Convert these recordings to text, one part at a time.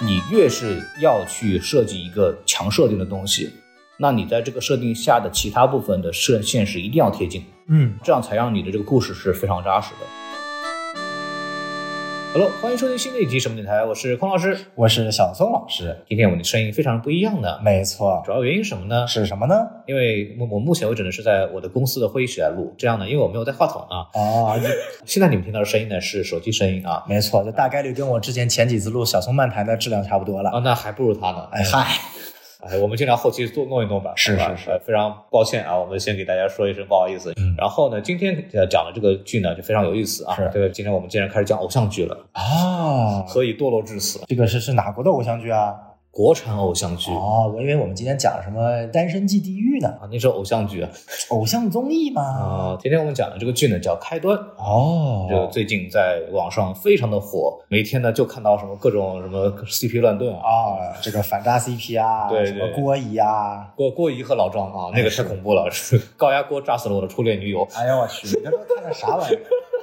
你越是要去设计一个强设定的东西，那你在这个设定下的其他部分的设现实一定要贴近，嗯，这样才让你的这个故事是非常扎实的。Hello，欢迎收听新的一集什么电台，我是匡老师。我是小松老师，今天我们的声音非常不一样呢，没错，主要原因是什么呢？是什么呢？因为我我目前为止呢是在我的公司的会议室来录，这样呢，因为我没有带话筒啊。哦，你现在你们听到的声音呢是手机声音啊， 没错，就大概率跟我之前前几次录小松漫谈的质量差不多了。啊，那还不如他呢。哎嗨， 哎，我们尽量后期做弄一弄吧。是好吧是是呃非常抱歉啊，我们先给大家说一声不好意思。嗯然后呢，今天呃讲的这个剧呢就非常有意思啊是，这个今天我们竟然开始讲偶像剧了，哦，何以堕落至此？这个是是哪国的偶像剧啊？国产偶像剧哦，我以为我们今天讲什么《单身即地狱》呢，啊，那是偶像剧啊。偶像综艺嘛。今天我们讲的这个剧呢叫《开端》。哦啊就最近在网上非常的火，每天呢就看到什么各种什么 CP 乱炖啊，啊，这个反诈 CP 啊，对对什么郭姨啊，郭郭姨和老庄啊，那个太恐怖了，是 高压锅炸死了我的初恋女友。哎呦我去，你这都看的啥玩意儿？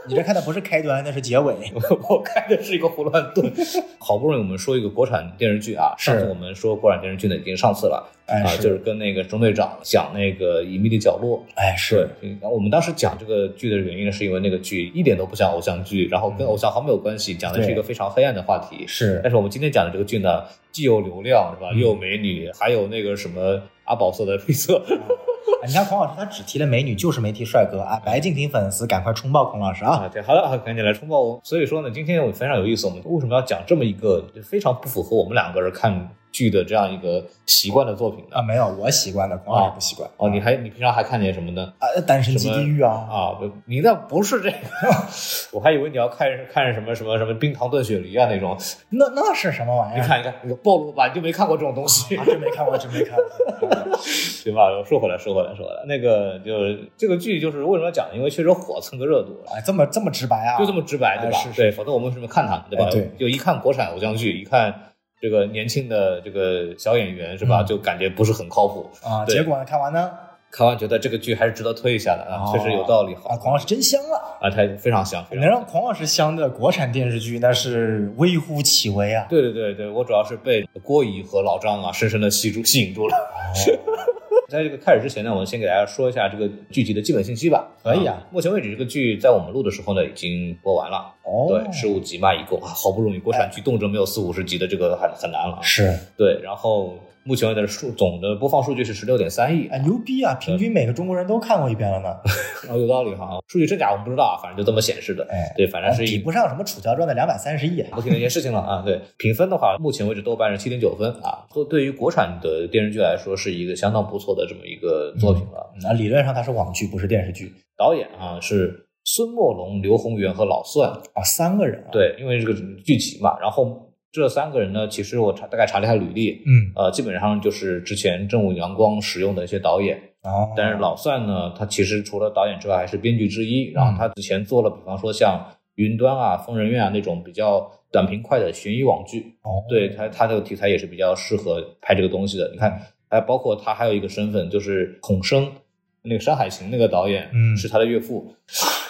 你这看的不是开端，那是结尾。 我看的是一个胡乱炖。 好不容易我们说一个国产电视剧啊，上次是我们说国产电视剧呢已经上次了哎啊，是就是跟那个中队长讲那个《隐秘的角落》。哎对，嗯我们当时讲这个剧的原因呢，是因为那个剧一点都不像偶像剧，然后跟偶像毫没有关系，讲的是一个非常黑暗的话题。是但是我们今天讲的这个剧呢，既有流量是吧，嗯又有美女，还有那个什么阿宝色的配色，啊你看孔老师，他只提了美女，就是没提帅哥啊！白敬亭粉丝赶快冲爆孔老师啊！啊，对，好了，好赶紧来冲爆我。所以说呢，今天我非常有意思，我们为什么要讲这么一个非常不符合我们两个人看剧的这样一个习惯的作品呢啊，？没有，我习惯了，孔老师不习惯。哦，你还你平常还看点什么呢？啊，单身即地狱啊！啊，不你那不是这个， 我还以为你要看看什么什么什么冰糖炖雪梨啊那种。那那是什么玩意你儿？啊啊看一看，你暴露吧，你就没看过这种东西，真没看过，真没看过。对吧？说回来，说回来，说回来，那个就是这个剧就是为什么要讲呢？因为确实火，蹭个热度。哎，这么这么直白啊！就这么直白，哎对吧？是是对，否则我们为什么看它呢，对吧？哎对就一看国产偶像剧，一看这个年轻的这个小演员，是吧？嗯就感觉不是很靠谱。啊！对结果呢？看完呢？看完觉得这个剧还是值得推一下的啊，哦确实有道理，好啊，孔老师真香了！啊，它非常香，非能常。让孔老师香的国产电视剧那是微乎其微啊！对对对对，我主要是被郭姨和老张啊深深的吸住吸引住了。哦 在这个开始之前呢，我们先给大家说一下这个剧集的基本信息吧。可以啊目前为止这个剧在我们录的时候呢已经播完了，哦，对，十五集嘛，一共啊，好不容易国产剧动辄没有四五十集的这个很很难了啊。是对，然后目前为止数总的播放数据是十六点三亿，哎啊，牛逼啊！平均每个中国人都看过一遍了呢。啊，有道理哈，数据真假我们不知道啊，反正就这么显示的。哎，对，反正是比一不上什么《楚乔传》的两百三十亿啊。不停的一件事情了啊。对，评分的话，目前为止豆瓣是七点九分啊，做对于国产的电视剧来说是一个相当不错的这么一个作品了。嗯那理论上它是网剧，不是电视剧导演啊是孙墨龙、刘宏源和老蒜，啊、三个人啊，，对，因为这个剧集嘛，然后这三个人呢，其实我查大概查了一下履历。嗯，呃，基本上就是之前正午阳光使用的一些导演，哦，但是老蒜呢，他其实除了导演之外，还是编剧之一。然后嗯他之前做了，比方说像《云端》啊、《疯人院啊》那种比较短平快的悬疑网剧。哦，对他，他这个题材也是比较适合拍这个东西的。你看，还包括他还有一个身份，就是孔生，那个《山海情》那个导演，嗯是他的岳父。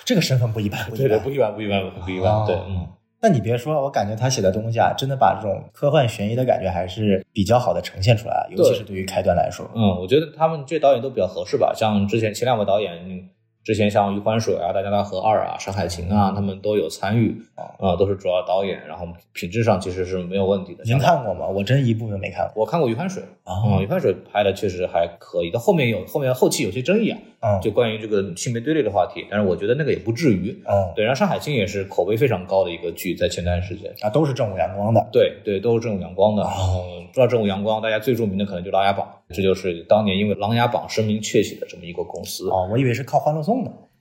这个身份不一般，不一对对，般不。一般，不一般，不一般。哦对，嗯，那你别说，我感觉他写的东西啊，真的把这种科幻悬疑的感觉还是比较好的呈现出来啊，尤其是对于开端来说，嗯，我觉得他们这导演都比较合适吧。像之前前两个导演，之前像余欢水啊、大江大河二啊、山海情啊，他们都有参与，啊、哦都是主要导演。然后品质上其实是没有问题的。您像看过吗？我真一部都没看过。我看过余欢水，嗯，哦，余欢水拍的确实还可以，但后面有后面后期有些争议啊，嗯，就关于这个性别对立的话题。但是我觉得那个也不至于。嗯，对，然后山海情也是口碑非常高的一个剧，在前段时间。啊，都是正午阳光的。对对，都是正午阳光的。嗯，说到正午阳光，大家最著名的可能就是《琅琊榜》，这就是当年因为《琅琊榜》声名鹊起的这么一个公司。《哦，我以为是靠《欢乐颂》的。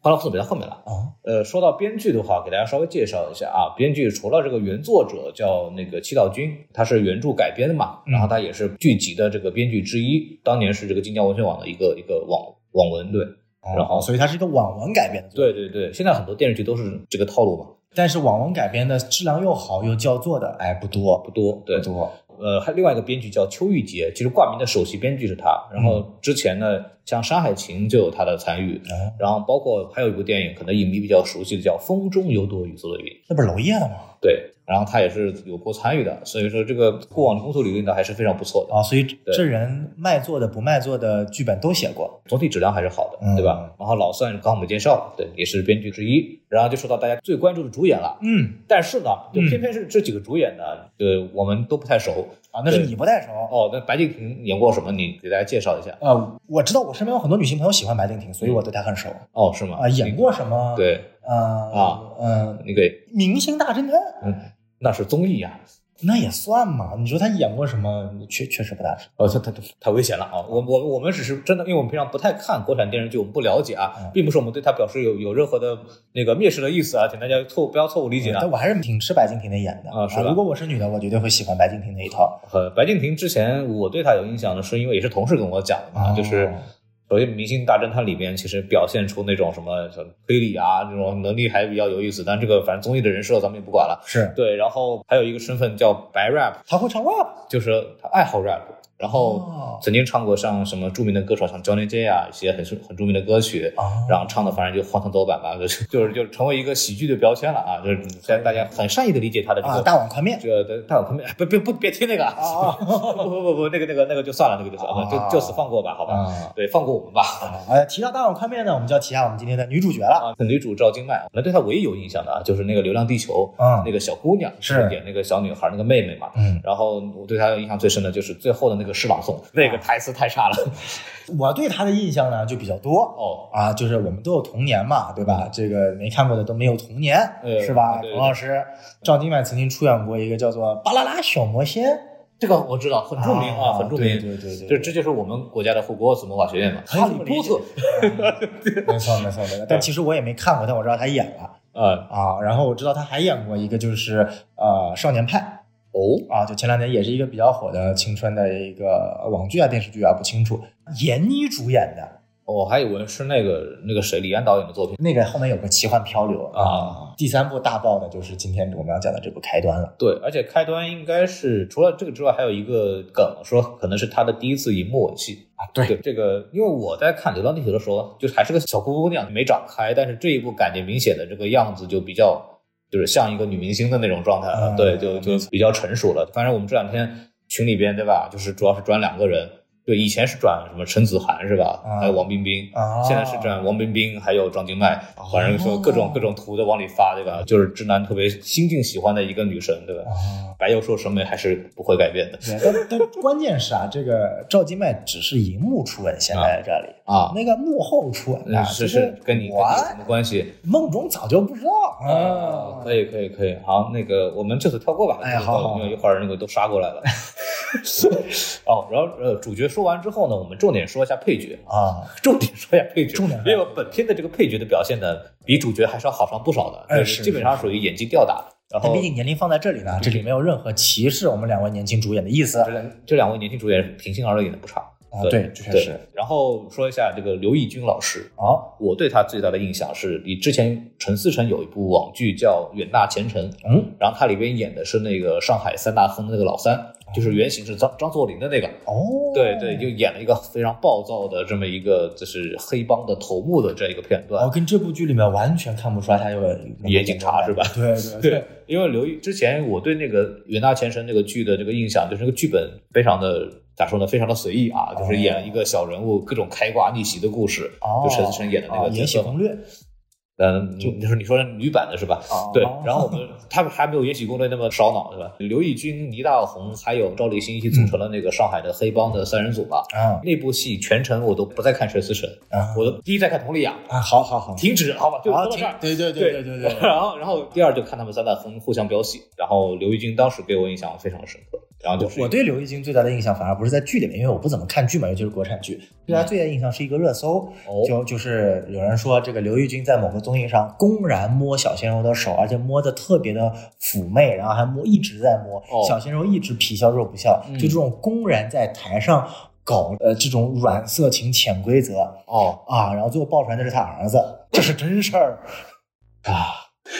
欢乐颂》比较后面了。哦，呃，说到编剧的话，给大家稍微介绍一下啊。编剧除了这个原作者叫那个七岛君，他是原著改编的嘛，嗯然后他也是剧集的这个编剧之一，当年是这个晋江文学网的一个一个网网文对。然后哦所以它是一个网文改编的。，对对对，现在很多电视剧都是这个套路嘛，但是网文改编的质量又好又叫座的，哎，不多，不多。对不，多。呃，还有另外一个编剧叫邱玉洁，其实挂名的首席编剧是他。然嗯后之前呢，像《山海情》就有他的参与，哦，然后包括还有一部电影，可能影迷比较熟悉的叫《风中有朵雨做的云》，那不是娄烨的吗？对，然后他也是有过参与的，所以说这个过往的工作履历呢还是非常不错的，啊，所以这人卖座的不卖座的剧本都写过，总体质量还是好的，嗯对吧？然后老算刚好我们介绍了，对，也是编剧之一，然后就说到大家最关注的主演了，嗯但是呢，就嗯偏偏是这几个主演呢，呃，我们都不太熟啊，那是对你不太熟。哦。那白敬亭演过什么？你给大家介绍一下呃，我知道我身边有很多女性朋友喜欢白敬亭，所以我对她很熟哦，是吗？啊。演过什么？，嗯对，呃啊，嗯，那个明星大侦探嗯，那是综艺呀、那也算嘛？你说她演过什么？确确实不大知道。哦，他他太危险了嗯啊！我我我们只是真的，因为我们平常不太看国产电视剧，我们不了解啊嗯，并不是我们对他表示有有任何的那个蔑视的意思啊，请大家错不要错误理解啊但。我还是挺吃白敬亭的演的啊是吧如果我是女的，我绝对会喜欢白敬亭那一套。呃，白敬亭之前我对他有印象呢，是因为也是同事跟我讲的嘛，哦就是首先《明星大侦探》里边其实表现出那种什么什么推理啊那种能力还比较有意思，但这个反正综艺的人设咱们也不管了。是，对，然后还有一个身份叫白 rap，她会唱 rap 就是他爱好 rap，然后哦曾经唱过像什么著名的歌手像 Johnny J 啊一些很出很著名的歌曲，啊然后唱的反正就荒腔走板吧， 就是就是就成为一个喜剧的标签了啊！就是现在大家很善意的理解他的这啊，个大碗宽面这个大碗宽面，哎不不不，别听那个啊！不 不不不，那个那个那个就算了，那个就算了，啊就就此放过吧，好吧？啊。对，放过我们吧。 哎，提到大碗宽面呢，我们就要提一下我们今天的女主角了。啊，女主赵今麦，我们对她唯一有印象的啊，就是那个《流浪地球》嗯那个小姑娘，是演那个小女孩那个妹妹嘛。嗯，然后我对她印象最深的就是最后的那个诗朗诵，那个啊台词太差了。 我对她的印象呢就比较多。哦，啊，就是我们都有童年嘛，对吧？这个没看过的都没有童年，呃是吧？嗯对孔老师，赵今麦曾经出演过一个叫做《巴啦啦小魔仙》，这个我知道，很著名啊，很著名。对对对对，这这就是我们国家的霍格沃茨魔法学院嘛，《哈利波特》嗯没错没错没错。但其实我也没看过，但我知道他演了啊，啊。然后我知道他还演过一个就是呃《少年派哦，》啊，就前两年也是一个比较火的青春的一个网剧啊电视剧啊，不清楚。闫妮主演的我哦还以为是那个那个谁李安导演的作品那个后面有个奇幻漂流啊。第三部大爆呢，就是今天我们要讲的这部开端了。对，而且开端应该是除了这个之外，还有一个梗，说可能是他的第一次荧幕吻戏啊。对这个，因为我在看《流浪地球》的时候，就是还是个小姑娘，没长开，但是这一部感觉明显的这个样子就比较，就是像一个女明星的那种状态了。嗯对，就就没比较成熟了。反正我们这两天群里边，对吧？就是主要是转两个人，对，以前是转什么陈子涵是吧？啊还有王冰冰。啊，现在是转王冰冰，还有张经脉哦，反正说各种各种图的往里发，对吧？就是直男特别新晋喜欢的一个女神，对吧？啊。白幼瘦审美还是不会改变的对，但但关键是啊， 这个赵今麦只是荧幕初吻，现在在这里，啊。那个幕后初吻啊，嗯，是，就是跟你跟你我有什么关系？梦中早就不知道啊，可以可以可以，好，那个我们就此跳过吧。哎好好好因为一会儿那个都杀过来了。 哦，然后呃，主角说完之后呢，我们重点说一下配角，啊，重点说一下配角，重点因为本片的这个配角的表现呢，比主角还是要好上不少的，哎对是基本上属于演技吊打。然但后嗯毕竟年龄放在这里呢，这里没有任何歧视我们两位年轻主演的意思这两这两位年轻主演平心而论演的不差。啊。对，确实对。然后说一下这个刘奕君老师，哦，我对他最大的印象是，你之前陈思诚有一部网剧叫《远大前程》，嗯，然后他里边演的是那个上海三大亨的那个老三，就是原型是张张作霖的那个。哦，对对，就演了一个非常暴躁的这么一个，就是黑帮的头目的这样一个片段哦，。跟这部剧里面完全看不出来他有野警察是吧对对对，，因为刘奕之前我对那个《远大前程》那个剧的这个印象，就是那个剧本非常的咋说呢，非常的随意啊，就是演一个小人物各种开挂逆袭的故事，哦，就陈思诚演的那哦个《角延禧色嘛。攻略》嗯，就就是你说的女版的是吧？哦对，然后我们他们还没有《延禧攻略》那么烧脑，对吧？刘奕君、倪大红还有赵立新一起嗯组成了那个上海的黑帮的三人组嘛。啊那部戏全程我都不再看陈思诚，啊我都第一在看佟丽娅，啊，好好好，停止，好吧，就好说到这儿啊停。对对对对对对。然后，然后第二就看他们三大亨互相飙戏，然后刘奕君当时给我印象非常深刻，然后 就是我对刘奕君最大的印象反而不是在剧里面，因为我不怎么看剧嘛，尤其是国产剧。对他最大的印象是一个热搜，嗯哦就就是有人说这个刘奕君在某个综艺上公然摸小鲜肉的手，而且摸的特别的妩媚，然后还摸一直在摸、哦小鲜肉，一直皮笑肉不笑，嗯就这种公然在台上搞呃这种软色情潜规则哦啊，然后最后爆出来的是他儿子，这是真事儿。啊，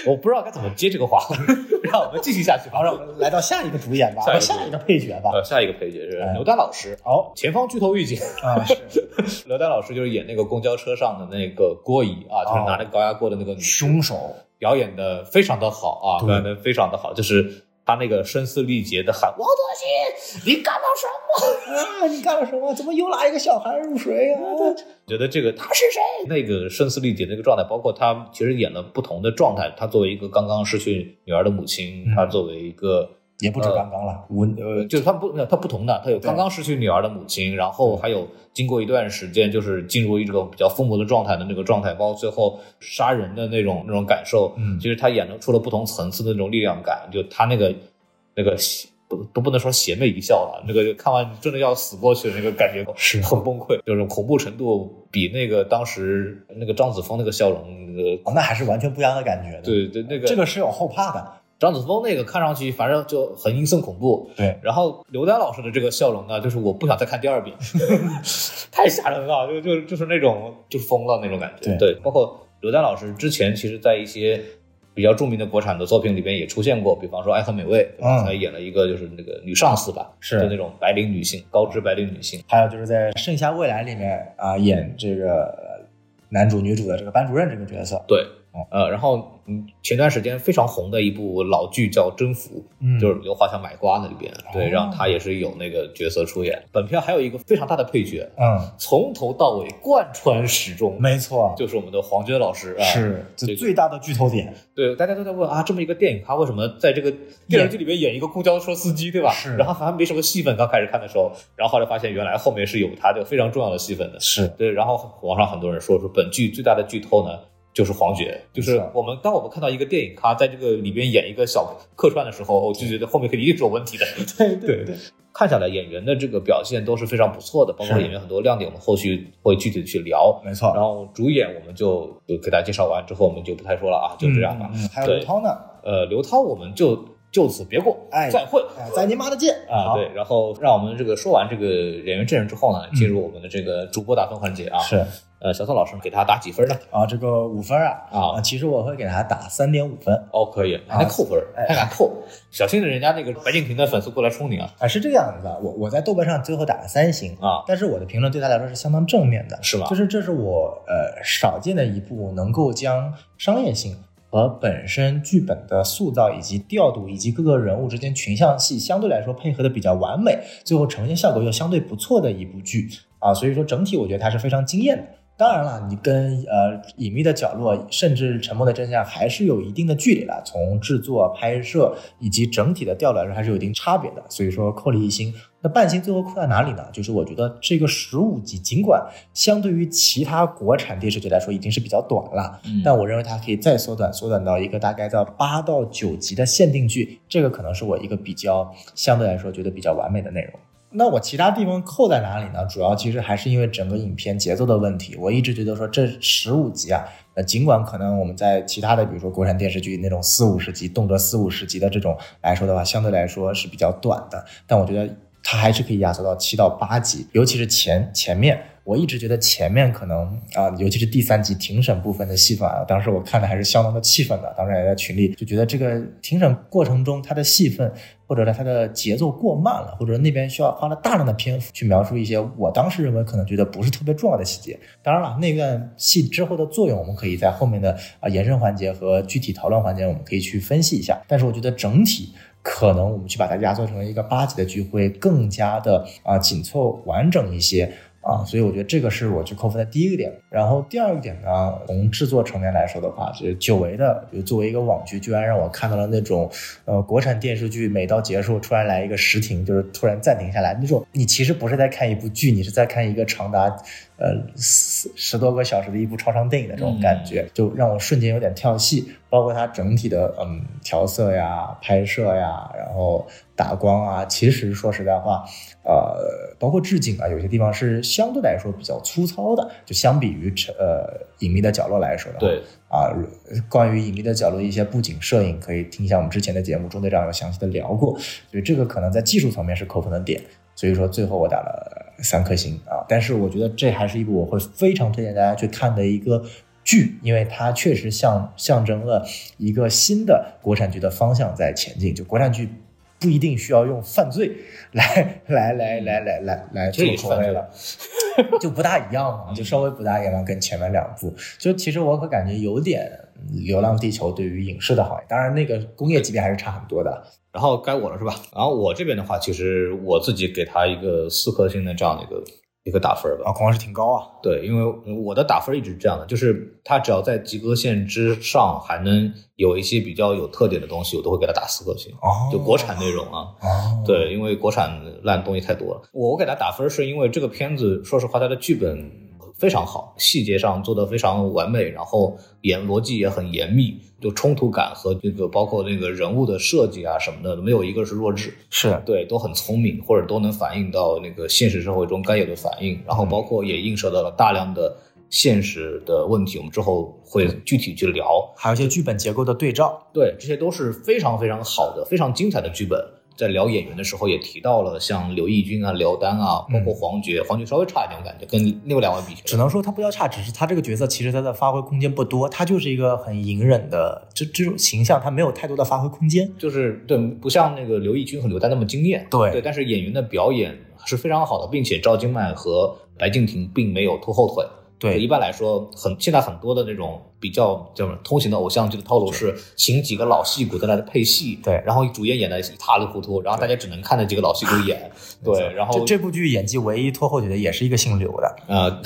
我不知道该怎么接这个话， 让我们继续下去吧。好，让我们来到下一个主演吧，下一个主演下一个配角吧。呃，下一个配角是哎刘丹老师。好前方剧透预警， 啊，是刘丹老师就是演那个公交车上的那个郭姨啊，就是拿那个高压锅的那个女生。哦凶手，表演的非常的好啊，对表演的非常的好，就是他那个声嘶力竭的喊王作新，你干了什么？啊，你干了什么？怎么又拉一个小孩入水啊？觉得这个他是谁？那个声嘶力竭的那个状态，包括他其实演了不同的状态。他作为一个刚刚失去女儿的母亲，嗯他作为一个也不止刚刚了，我呃，呃，就是他不，他不同的，他有刚刚失去女儿的母亲，然嗯后还有经过一段时间，就是进入一种比较疯魔的状态的那个状态，包括最后杀人的那种那种感受。嗯其实他演出了不同层次的那种力量感，就他那个那个邪不都不能说邪魅一笑了，那个看完真的要死过去的那个感觉是很崩溃，就是恐怖程度比那个当时那个张子枫那个笑容，那个那还是完全不一样的感觉的。，对对那个这个是有后怕的。张子枫那个看上去反正就很阴森恐怖，对，然后刘丹老师的这个笑容呢，就是我不想再看第二 遍，太吓人了，就就就是那种就疯了那种感觉。对包括刘丹老师之前其实，在一些比较著名的国产的作品里边也出现过，比方说《爱很美味》，对吧嗯他演了一个就是那个女上司吧，是就那种白领女性，高知白领女性。还有就是在《盛夏未来》里面啊，演这个呃男主女主的这个班主任这个角色，对嗯，呃，然后嗯，前段时间非常红的一部老剧叫《征服》，嗯哦就是刘华强买瓜那里边，对，让他也是有那个角色出演。本片还有一个非常大的配角，嗯，从头到尾贯穿始终，没错，就是我们的黄娟老师啊。，是这这个最大的剧透点。对，大家都在问啊，这么一个电影咖为什么在这个电视剧里面演一个公交车司机，对吧？是然后还没什么戏份，刚开始看的时候，然后后来发现原来后面是有他的非常重要的戏份的。是对，然后网上很多人说说本剧最大的剧透呢。就是黄觉，就是是我们当我们看到一个电影咖在这个里边演一个小客串的时候，我就觉得后面肯定是有问题的。对对对，看下来演员的这个表现都是非常不错的，包括是演员很多亮点，我们后续会具体去聊。没错。然后主演我们就就给大家介绍完之后，我们就不太说了啊，就这样吧。嗯，嗯还有刘涛呢，呃，刘涛我们就就此别过，哎再会哎，在你妈的见啊。好对，然后让我们这个说完这个演员阵容之后呢，嗯进入我们的这个主播打分环节啊。是呃，小宋老师给他打几分呢？啊，这个五分啊啊其实我会给他打三点五分。哦，可以，还敢扣分，哎还敢扣，小心人家那个白敬亭的粉丝过来冲你啊！啊，是这个样子的，我我在豆瓣上最后打了三星啊但是我的评论对他来说是相当正面的，是吧就是这是我呃少见的一部能够将商业性和本身剧本的塑造以及调度以及各个人物之间群像戏相对来说配合的比较完美，最后呈现效果又相对不错的一部剧啊，所以说整体我觉得它是非常惊艳的。当然了，你跟呃《隐秘的角落》甚至《沉默的真相》还是有一定的距离了，从制作、拍摄以及整体的调度来说，还是有一定差别的。所以说扣了一星，那半星最后扣在哪里呢？就是我觉得这个十五集，尽管相对于其他国产电视剧来说已经是比较短了，嗯但我认为它可以再缩短，缩短到一个大概到八到九集的限定剧，这个可能是我一个比较相对来说觉得比较完美的内容。那我其他地方扣在哪里呢？主要其实还是因为整个影片节奏的问题。我一直觉得说这十五集啊，呃，尽管可能我们在其他的，比如说国产电视剧那种四五十集、动辄四五十集的这种来说的话，相对来说是比较短的，但我觉得它还是可以压缩到七到八集，尤其是前前面。我一直觉得前面可能啊、尤其是第三集庭审部分的戏份啊，当时我看的还是相当的气愤的。当时也在群里就觉得这个庭审过程中它的戏份或者呢它的节奏过慢了，或者那边需要花了大量的篇幅去描述一些我当时认为可能觉得不是特别重要的细节。当然了，那段戏之后的作用，我们可以在后面的啊、延伸环节和具体讨论环节，我们可以去分析一下。但是我觉得整体可能我们去把它压缩成一个八级的剧会更加的啊、紧凑完整一些。啊，所以我觉得这个是我去扣分的第一个点。然后第二个点呢，从制作层面来说的话，就是久违的，比如作为一个网剧，居然让我看到了那种，呃，国产电视剧每到结束突然来一个时停，就是突然暂停下来那种。你其实不是在看一部剧，你是在看一个长达呃十十多个小时的一部超长电影的这种感觉，就让我瞬间有点跳戏。包括它整体的嗯调色呀、拍摄呀，然后打光啊，其实说实在话，呃，包括置景啊，有些地方是相对来说比较粗糙的，就相比于呃隐秘的角落来说的话，对，啊，关于隐秘的角落一些布景摄影，可以听一下我们之前的节目，中队长有详细的聊过，所以这个可能在技术层面是扣分的点，所以说最后我打了三颗星啊，但是我觉得这还是一部我会非常推荐大家去看的一个。剧，因为它确实象象征了一个新的国产剧的方向在前进。就国产剧不一定需要用犯罪 来来来来来来来嗯这做也是口犯碑罪了， 就不大一样嘛，就稍微不大一样，跟前面两部。就其实我可感觉有点《流浪地球》对于影视的行业，当然那个工业级别还是差很多的。然后该我了是吧？ 然后我这边的话，其实我自己给他一个四颗星的这样的一个一个打分吧。啊，孔老师挺高啊，对，因为我的打分一直是这样的，就是它只要在及格线之上，还能有一些比较有特点的东西，我都会给它打四颗星。哦，就国产内容啊，哦，对，因为国产烂东西太多了。我我给它打分是因为这个片子，说实话，它的剧本非常好，细节上做得非常完美，然后严逻辑也很严密，就冲突感和这个包括那个人物的设计啊什么的，没有一个是弱智。是对，都很聪明，或者都能反映到那个现实社会中该有的反应，然后包括也映射到了大量的现实的问题，我们之后会具体去聊。还有一些剧本结构的对照，对，这些都是非常非常好的、非常精彩的剧本。在聊演员的时候也提到了，像刘奕君啊、廖丹啊，包括黄觉，黄觉稍微差一点，我感觉跟另外两位比起来，只能说他不要差，只是他这个角色其实他的发挥空间不多，他就是一个很隐忍的这这种形象，他没有太多的发挥空间。就是对，不像那个刘奕君和刘丹那么惊艳，对但是演员的表演是非常好的，并且赵今麦和白敬亭并没有拖后腿。就一对，般来说，很现在很多的那种比较叫什么通行的偶像剧的套路是请几个老戏骨在那里配戏，对然后主演演的一塌糊涂，然后大家只能看那几个老戏骨演，对，然后这这部剧演技唯一拖后腿的也是一个姓刘的， 啊，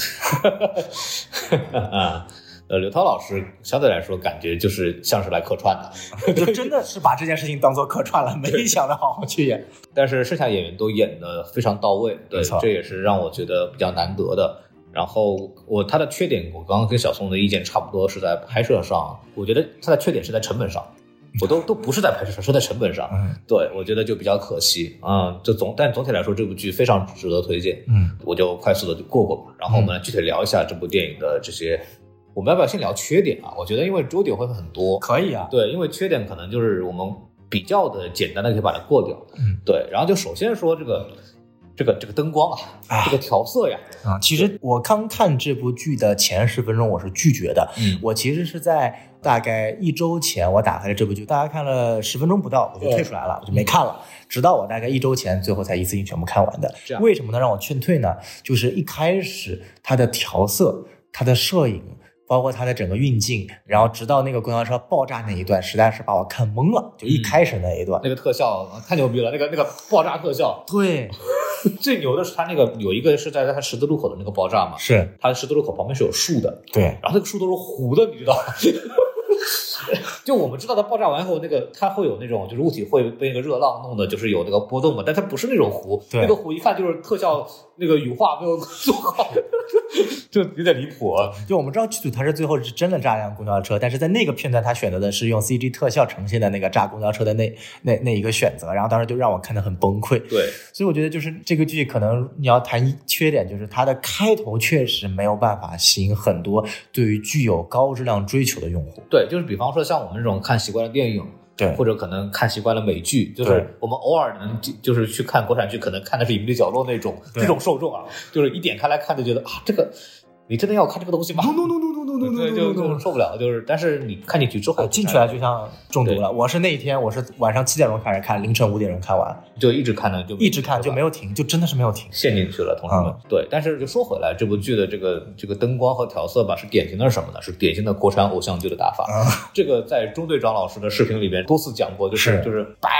啊，呃，刘涛老师相对来说感觉就是像是来客串的，就真的是把这件事情当做客串 了，没想到好好去演。但是剩下演员都演得非常到位，对没错，这也是让我觉得比较难得的。然后我他的缺点，我刚刚跟小宋的意见差不多，是在拍摄上，我觉得他的缺点是在成本 上，我都都不是在拍摄上，是在成本上。嗯对，我觉得就比较可惜啊、嗯。这总但总体来说，这部剧非常值得推荐。嗯，我就快速的就过过吧。然后我们来具体聊一下这部电影的这些，我们要不要先聊缺点啊？我觉得因为优点会很多，可以啊，对，因为缺点可能就是我们比较的简单的可以把它过掉，嗯，对。然后就首先说这个这个这个灯光啊，哎这个调色呀，啊、其实我刚看这部剧的前十分钟我是拒绝的，嗯，我其实是在大概一周前，我打开了这部剧，大家看了十分钟不到，我就退哦出来了，我就没看了。直到我大概一周前，最后才一次性全部看完的这。样为什么能让我劝退呢？就是一开始它的调色、它的摄影，包括它的整个运镜，然后直到那个公交车爆炸那一段，实在是把我看懵了。就一嗯开始那一段，那个特效啊太牛逼了，那个那个爆炸特效，对，最牛的是它那个有一个是在它十字路口的那个爆炸嘛，是，它十字路口旁边是有树的，对，然后那个树都是糊的，你知道吗？ 就我们知道它爆炸完以后，那个它会有那种就是物体会被那个热浪弄的，就是有那个波动嘛，但它不是那种糊，对那个糊一看就是特效那个羽化没有做好， 就有点离谱。啊就我们知道剧组它是最后是真的炸一辆公交车，但是在那个片段他选择的是用 CG 特效呈现的那个炸公交车的那那那一个选择，然后当时就让我看得很崩溃。对，所以我觉得就是这个剧可能你要谈缺点，就是它的开头确实没有办法吸引很多对于具有高质量追求的用户。对，就是比方说像我们这种看习惯了电影，对或者可能看习惯了美剧，就对是我们偶尔能就就是去看国产剧，可能看的是《隐秘的角落》那种对这种受众啊，就是一点开来看就觉得啊，这个你真的要看这个东西吗？ no no no no 对，就就受不了，就是，但是你看进去之后，呃进去了就像中毒了。我是那一天，我是晚上七点钟开始看，凌晨五点钟看完，就一直看呢，就一直看就没啊有有停，就真的是没有停。陷进去了，同志们。对，但是就说回来，这部剧的这个这个灯光和调色吧，是典型的是什么呢？是典型的国产偶像剧的打法。啊这个在钟队长老师的视频里面多次讲过，就是是就是白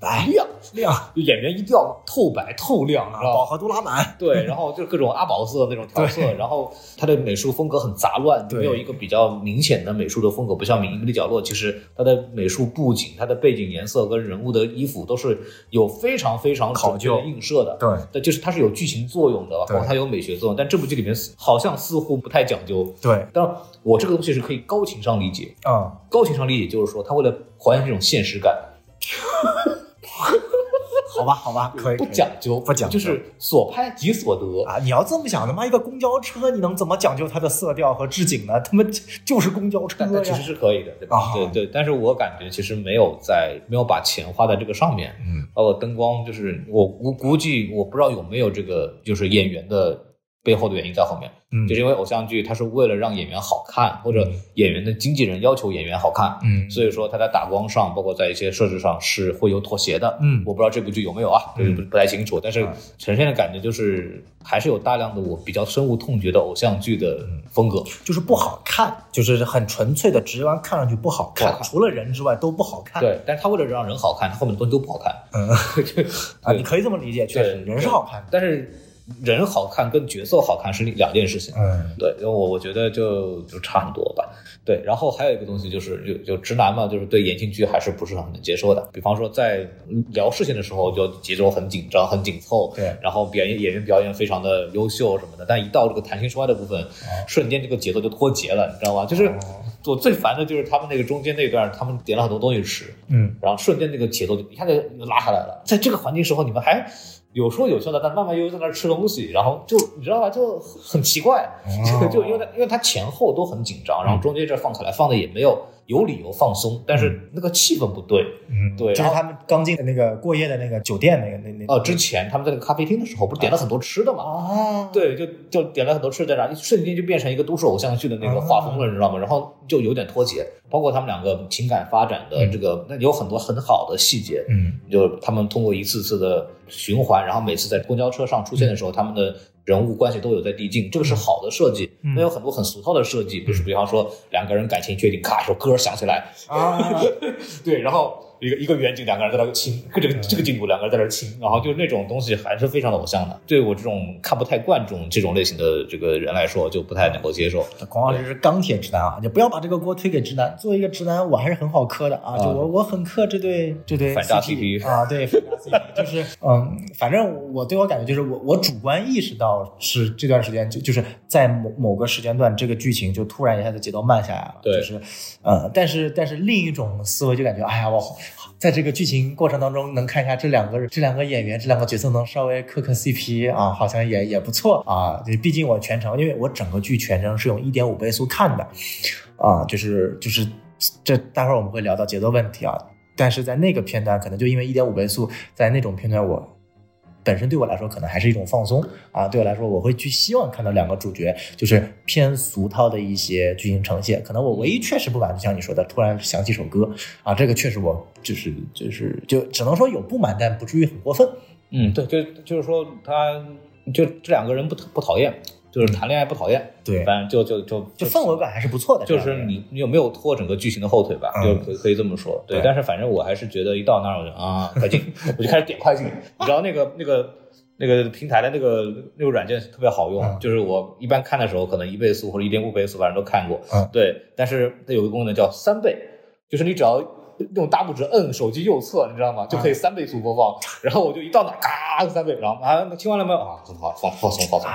白亮， 亮就演员一定要透白透亮，你知道饱吗？和度拉满，对，然后就各种阿宝色那种调色，然后他的美术风格很杂乱，就对没有一个比较明显的美术的风格，不像《隐秘的角落》，其实它的美术布景、它的背景颜色跟人物的衣服都是有非常非常考究准确的映射的。对。对，就是它是有剧情作用的，包对括它有美学作用，但这部剧里面好像似乎不太讲究。对，但我这个东西是可以高情商理解，嗯，高情商理解就是说，它为了还原这种现实感，好吧，好吧，可以，不可以讲究，不讲就究是所拍即所得。啊！你要这么想，他妈一个公交车，你能怎么讲究它的色调和置景呢？他妈就就是公交车但但其呀实！是可以的，对吧？啊对对，但是我感觉其实没有在没有把钱花在这个上面，嗯，包括灯光，就是我估估计我不知道有没有这个就是演员的背后的原因在后面，嗯就是因为偶像剧它是为了让演员好看，或者嗯演员的经纪人要求演员好看，嗯所以说他在打光上，包括在一些设置上是会有妥协的。嗯我不知道这部剧有没有啊，这个不不太清楚，但是啊呈现的感觉就是还是有大量的我比较深恶痛绝的偶像剧的嗯风格。就是不好看，就是很纯粹的直观看上去不好看，不好看除了人之外都不好看。对，但是他为了让人好看，他后面的东西都不好看。 嗯啊，对你可以这么理解，确实对人是好看的。但是人好看跟角色好看是两件事情。嗯对，因为我我觉得就就差很多吧。对，然后还有一个东西就是，就就直男嘛，就是对言情剧还是不是很能接受的。比方说在聊事情的时候，就节奏很紧张、很紧凑，对然后表演演员表演非常的优秀什么的，但一到这个谈情说爱的部分，瞬间这个节奏就脱节了，你知道吗？就是我最烦的就是他们那个中间那段，他们点了很多东西吃，嗯，然后瞬间这个节奏就一下就拉下来了。在这个环境时候，你们还有说有笑的，但慢慢悠悠在那儿吃东西，然后就你知道吧，就很奇怪，哦 就因为它因为它前后都很紧张，然后中间这儿放开来，放的也没有有理由放松，但是那个气氛不对。嗯对就是然后他们刚进的那个过夜的那个酒店那个那那呃，之前他们在那个咖啡厅的时候，不是点了很多吃的嘛？哦，对，就就点了很多吃的，然后一瞬间就变成一个都市偶像剧的那个画风了，你知道吗？然后就有点脱节，包括他们两个情感发展的这个，那有很多很好的细节，嗯就是他们通过一次次的循环，然后每次在公交车上出现的时候，他们的人物关系都有在递进，这个是好的设计。嗯嗯那有很多很俗套的设计，比如说比方说两个人感情确定，咔一首歌响起来，啊，对，然后一个一个远景，两个人在那儿亲，这嗯个这个镜头两个人在那儿亲，然后就是那种东西还是非常的偶像的。对我这种看不太惯这种这种类型的这个人来说，就不太能够接受。孔老师是钢铁直男啊，你不要把这个锅推给直男。作为一个直男，我还是很好磕的啊，啊就我我很磕这对这对反诈 CP CP 啊，对反诈 CP，就是嗯，反正我对我感觉就是我我主观意识到是这段时间就就是在某某个时间段，这个剧情就突然一下子节奏慢下来了，对就是呃，但是但是另一种思维就感觉，哎呀，我好在这个剧情过程当中能看一下这两个人、这两个演员、这两个角色能稍微磕磕 CP 啊，好像也也不错啊。就毕竟我全程，因为我整个剧全程是用一点五倍速看的，啊，就是就是这待会儿我们会聊到节奏问题啊，但是在那个片段可能就因为一点五倍速，在那种片段我。本身对我来说，可能还是一种放松啊。对我来说，我会去希望看到两个主角，就是偏俗套的一些剧情呈现。可能我唯一确实不满，就像你说的，突然想起首歌啊，这个确实我就是就是就只能说有不满，但不至于很过分。嗯，对，就就是说他就这两个人不不讨厌，就是谈恋爱不讨厌，对，反正就就就就氛围感还是不错的。就这样是的你你有没有拖整个剧情的后腿吧？嗯就可以可以这么说，对对。但是反正我还是觉得一到那儿我就啊，快 进，我就开始点快进。你知道那个那个那个平台的那个那个软件特别好用，嗯就是我一般看的时候可能一倍速或者一点五倍速，反正都看过。嗯对，但是它有个功能叫三倍，就是你只要。用大拇指摁手机右侧，你知道吗？就可嗯以三倍速播放。然后我就一到那儿，嘎三倍，然后啊，听完了没有？啊，很好，放放松放松，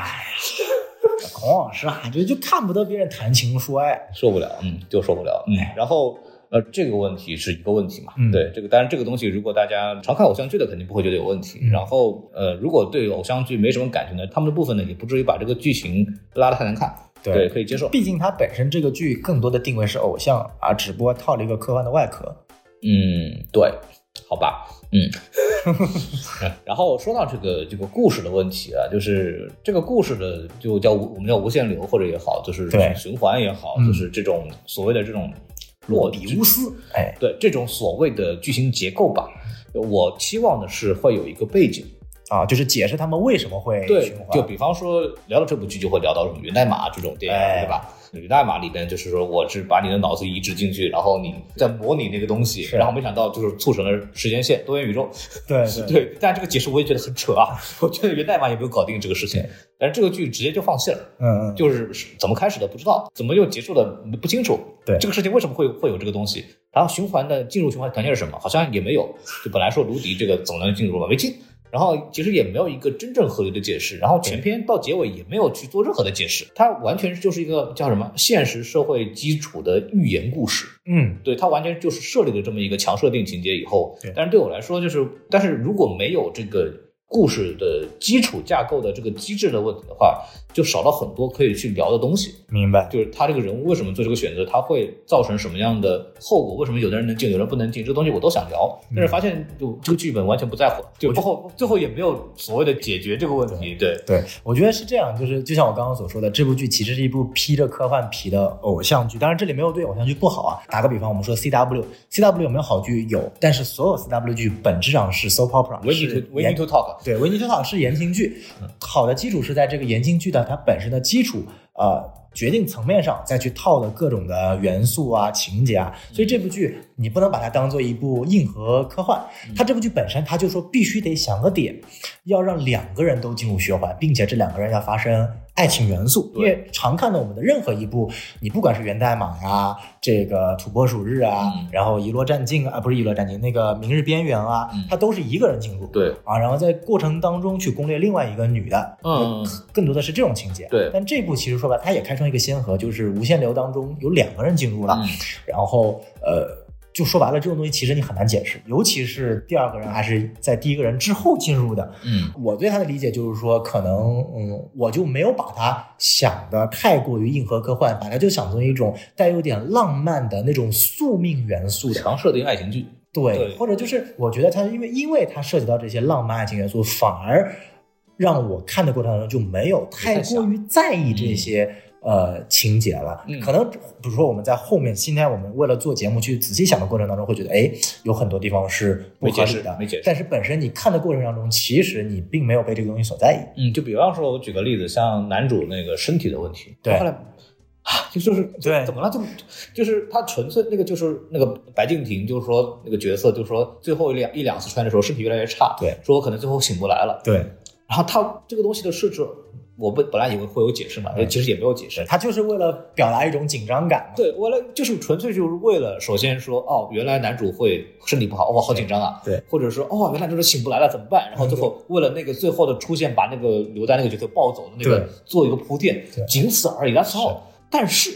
孔老师啊， 就就看不得别人谈情说爱。受不了，嗯，就受不了，嗯。然后呃，这个问题是一个问题嘛，嗯对，这个当然这个东西，如果大家常看偶像剧的，肯定不会觉得有问题。嗯然后呃，如果对偶像剧没什么感情的，他们的部分呢，也不至于把这个剧情拉得太难看，对可以接受。毕竟它本身这个剧更多的定位是偶像啊，只不过套了一个科幻的外壳。嗯，对，好吧，嗯。 然后说到这个这个故事的问题啊，就是这个故事的就叫无我们叫无限流或者也好，就是对循环也好，嗯就是这种所谓的这种落里乌斯，哎，对这种所谓的剧情结构吧，我期望的是会有一个背景。啊，就是解释他们为什么会对循环，就比方说聊到这部剧，就会聊到什么源代码这种电影，哎对吧？源代码里边就是说，我是把你的脑子移植进去，然后你在模拟那个东西，是然后没想到就是促成了时间线、多元宇宙。对 对对，但这个解释我也觉得很扯啊， 我觉得源代码也没有搞定这个事情对，但是这个剧直接就放弃了。嗯嗯，就是怎么开始的不知道，怎么又结束的不清楚。对这个事情为什么会会有这个东西？然后循环的进入循环条件是什么？好像也没有。就本来说卢迪这个总能进入了，没进。然后其实也没有一个真正合理的解释，然后全篇到结尾也没有去做任何的解释，它完全就是一个叫什么现实社会基础的寓言故事。嗯对，它完全就是设立了这么一个强设定情节以后对，但是对我来说就是，但是如果没有这个。故事的基础架构的这个机制的问题的话，就少了很多可以去聊的东西。明白，就是他这个人物为什么做这个选择，他会造成什么样的后果？为什么有的人能进，有人不能进？这个东西我都想聊，但是发现就这个剧本完全不在乎，就最后最后也没有所谓的解决这个问题。对，对，我觉得是这样，就是就像我刚刚所说的，这部剧其实是一部披着科幻皮的偶像剧。当然，这里没有对偶像剧不好啊。打个比方，我们说 C W C W 有没有好剧？有，但是所有 C W 剧本质上是 soap opera， we 是 need to we 言 need to talk。对，维尼修塔是言情剧，嗯好的基础是在这个言情剧的它本身的基础，呃，决定层面上再去套的各种的元素啊、情节啊。所以这部剧你不能把它当做一部硬核科幻，嗯它这部剧本身它就说必须得想个点，要让两个人都进入循环，并且这两个人要发生爱情元素。因对为常看的我们的任何一部，你不管是源代码呀、这个土拨鼠日啊，嗯然后遗落战境啊，不是遗落战境，那个明日边缘啊，嗯它都是一个人进入。对，啊，然后在过程当中去攻略另外一个女的，嗯，更多的是这种情节。对但这部其实说白了，它也开创一个先河，就是无限流当中有两个人进入了，嗯然后呃，就说白了，这种东西其实你很难解释，尤其是第二个人还是在第一个人之后进入的。嗯，我对他的理解就是说，可能嗯，我就没有把它想的太过于硬核科幻，把它就想成一种带有点浪漫的那种宿命元素的强设定爱情剧。对，对或者就是我觉得它因为因为它涉及到这些浪漫爱情元素，反而让我看的过程当中就没有太过于在意这些。呃，情节了，嗯可能比如说我们在后面，今天我们为了做节目去仔细想的过程当中，会觉得，哎，有很多地方是不没合解理释的，没解释但是本身你看的过程当中，其实你并没有被这个东西所在意。嗯，就比方说，我举个例子，像男主那个身体的问题，对他后来啊，就就是对怎么了？就就是他纯粹那个就是那个白敬亭，就是说那个角色，就是说最后一两一两次穿的时候身体越来越差，对，说我可能最后醒不来了。对，然后他这个东西的设置，我本本来以为会有解释嘛，嗯其实也没有解释。他就是为了表达一种紧张感嘛。对，为了就是纯粹就是为了，首先说哦，原来男主会身体不好，哇、好紧张啊。对嗯或者说哦，原来男主醒不来了，怎么办？然后最后为了那个最后的出现，把那个刘丹那个角色抱走的那对个做一个铺垫对，仅此而已。然后，但是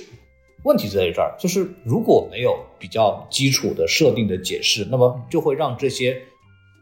问题就在于这儿，就是如果没有比较基础的设定的解释，那么就会让这些，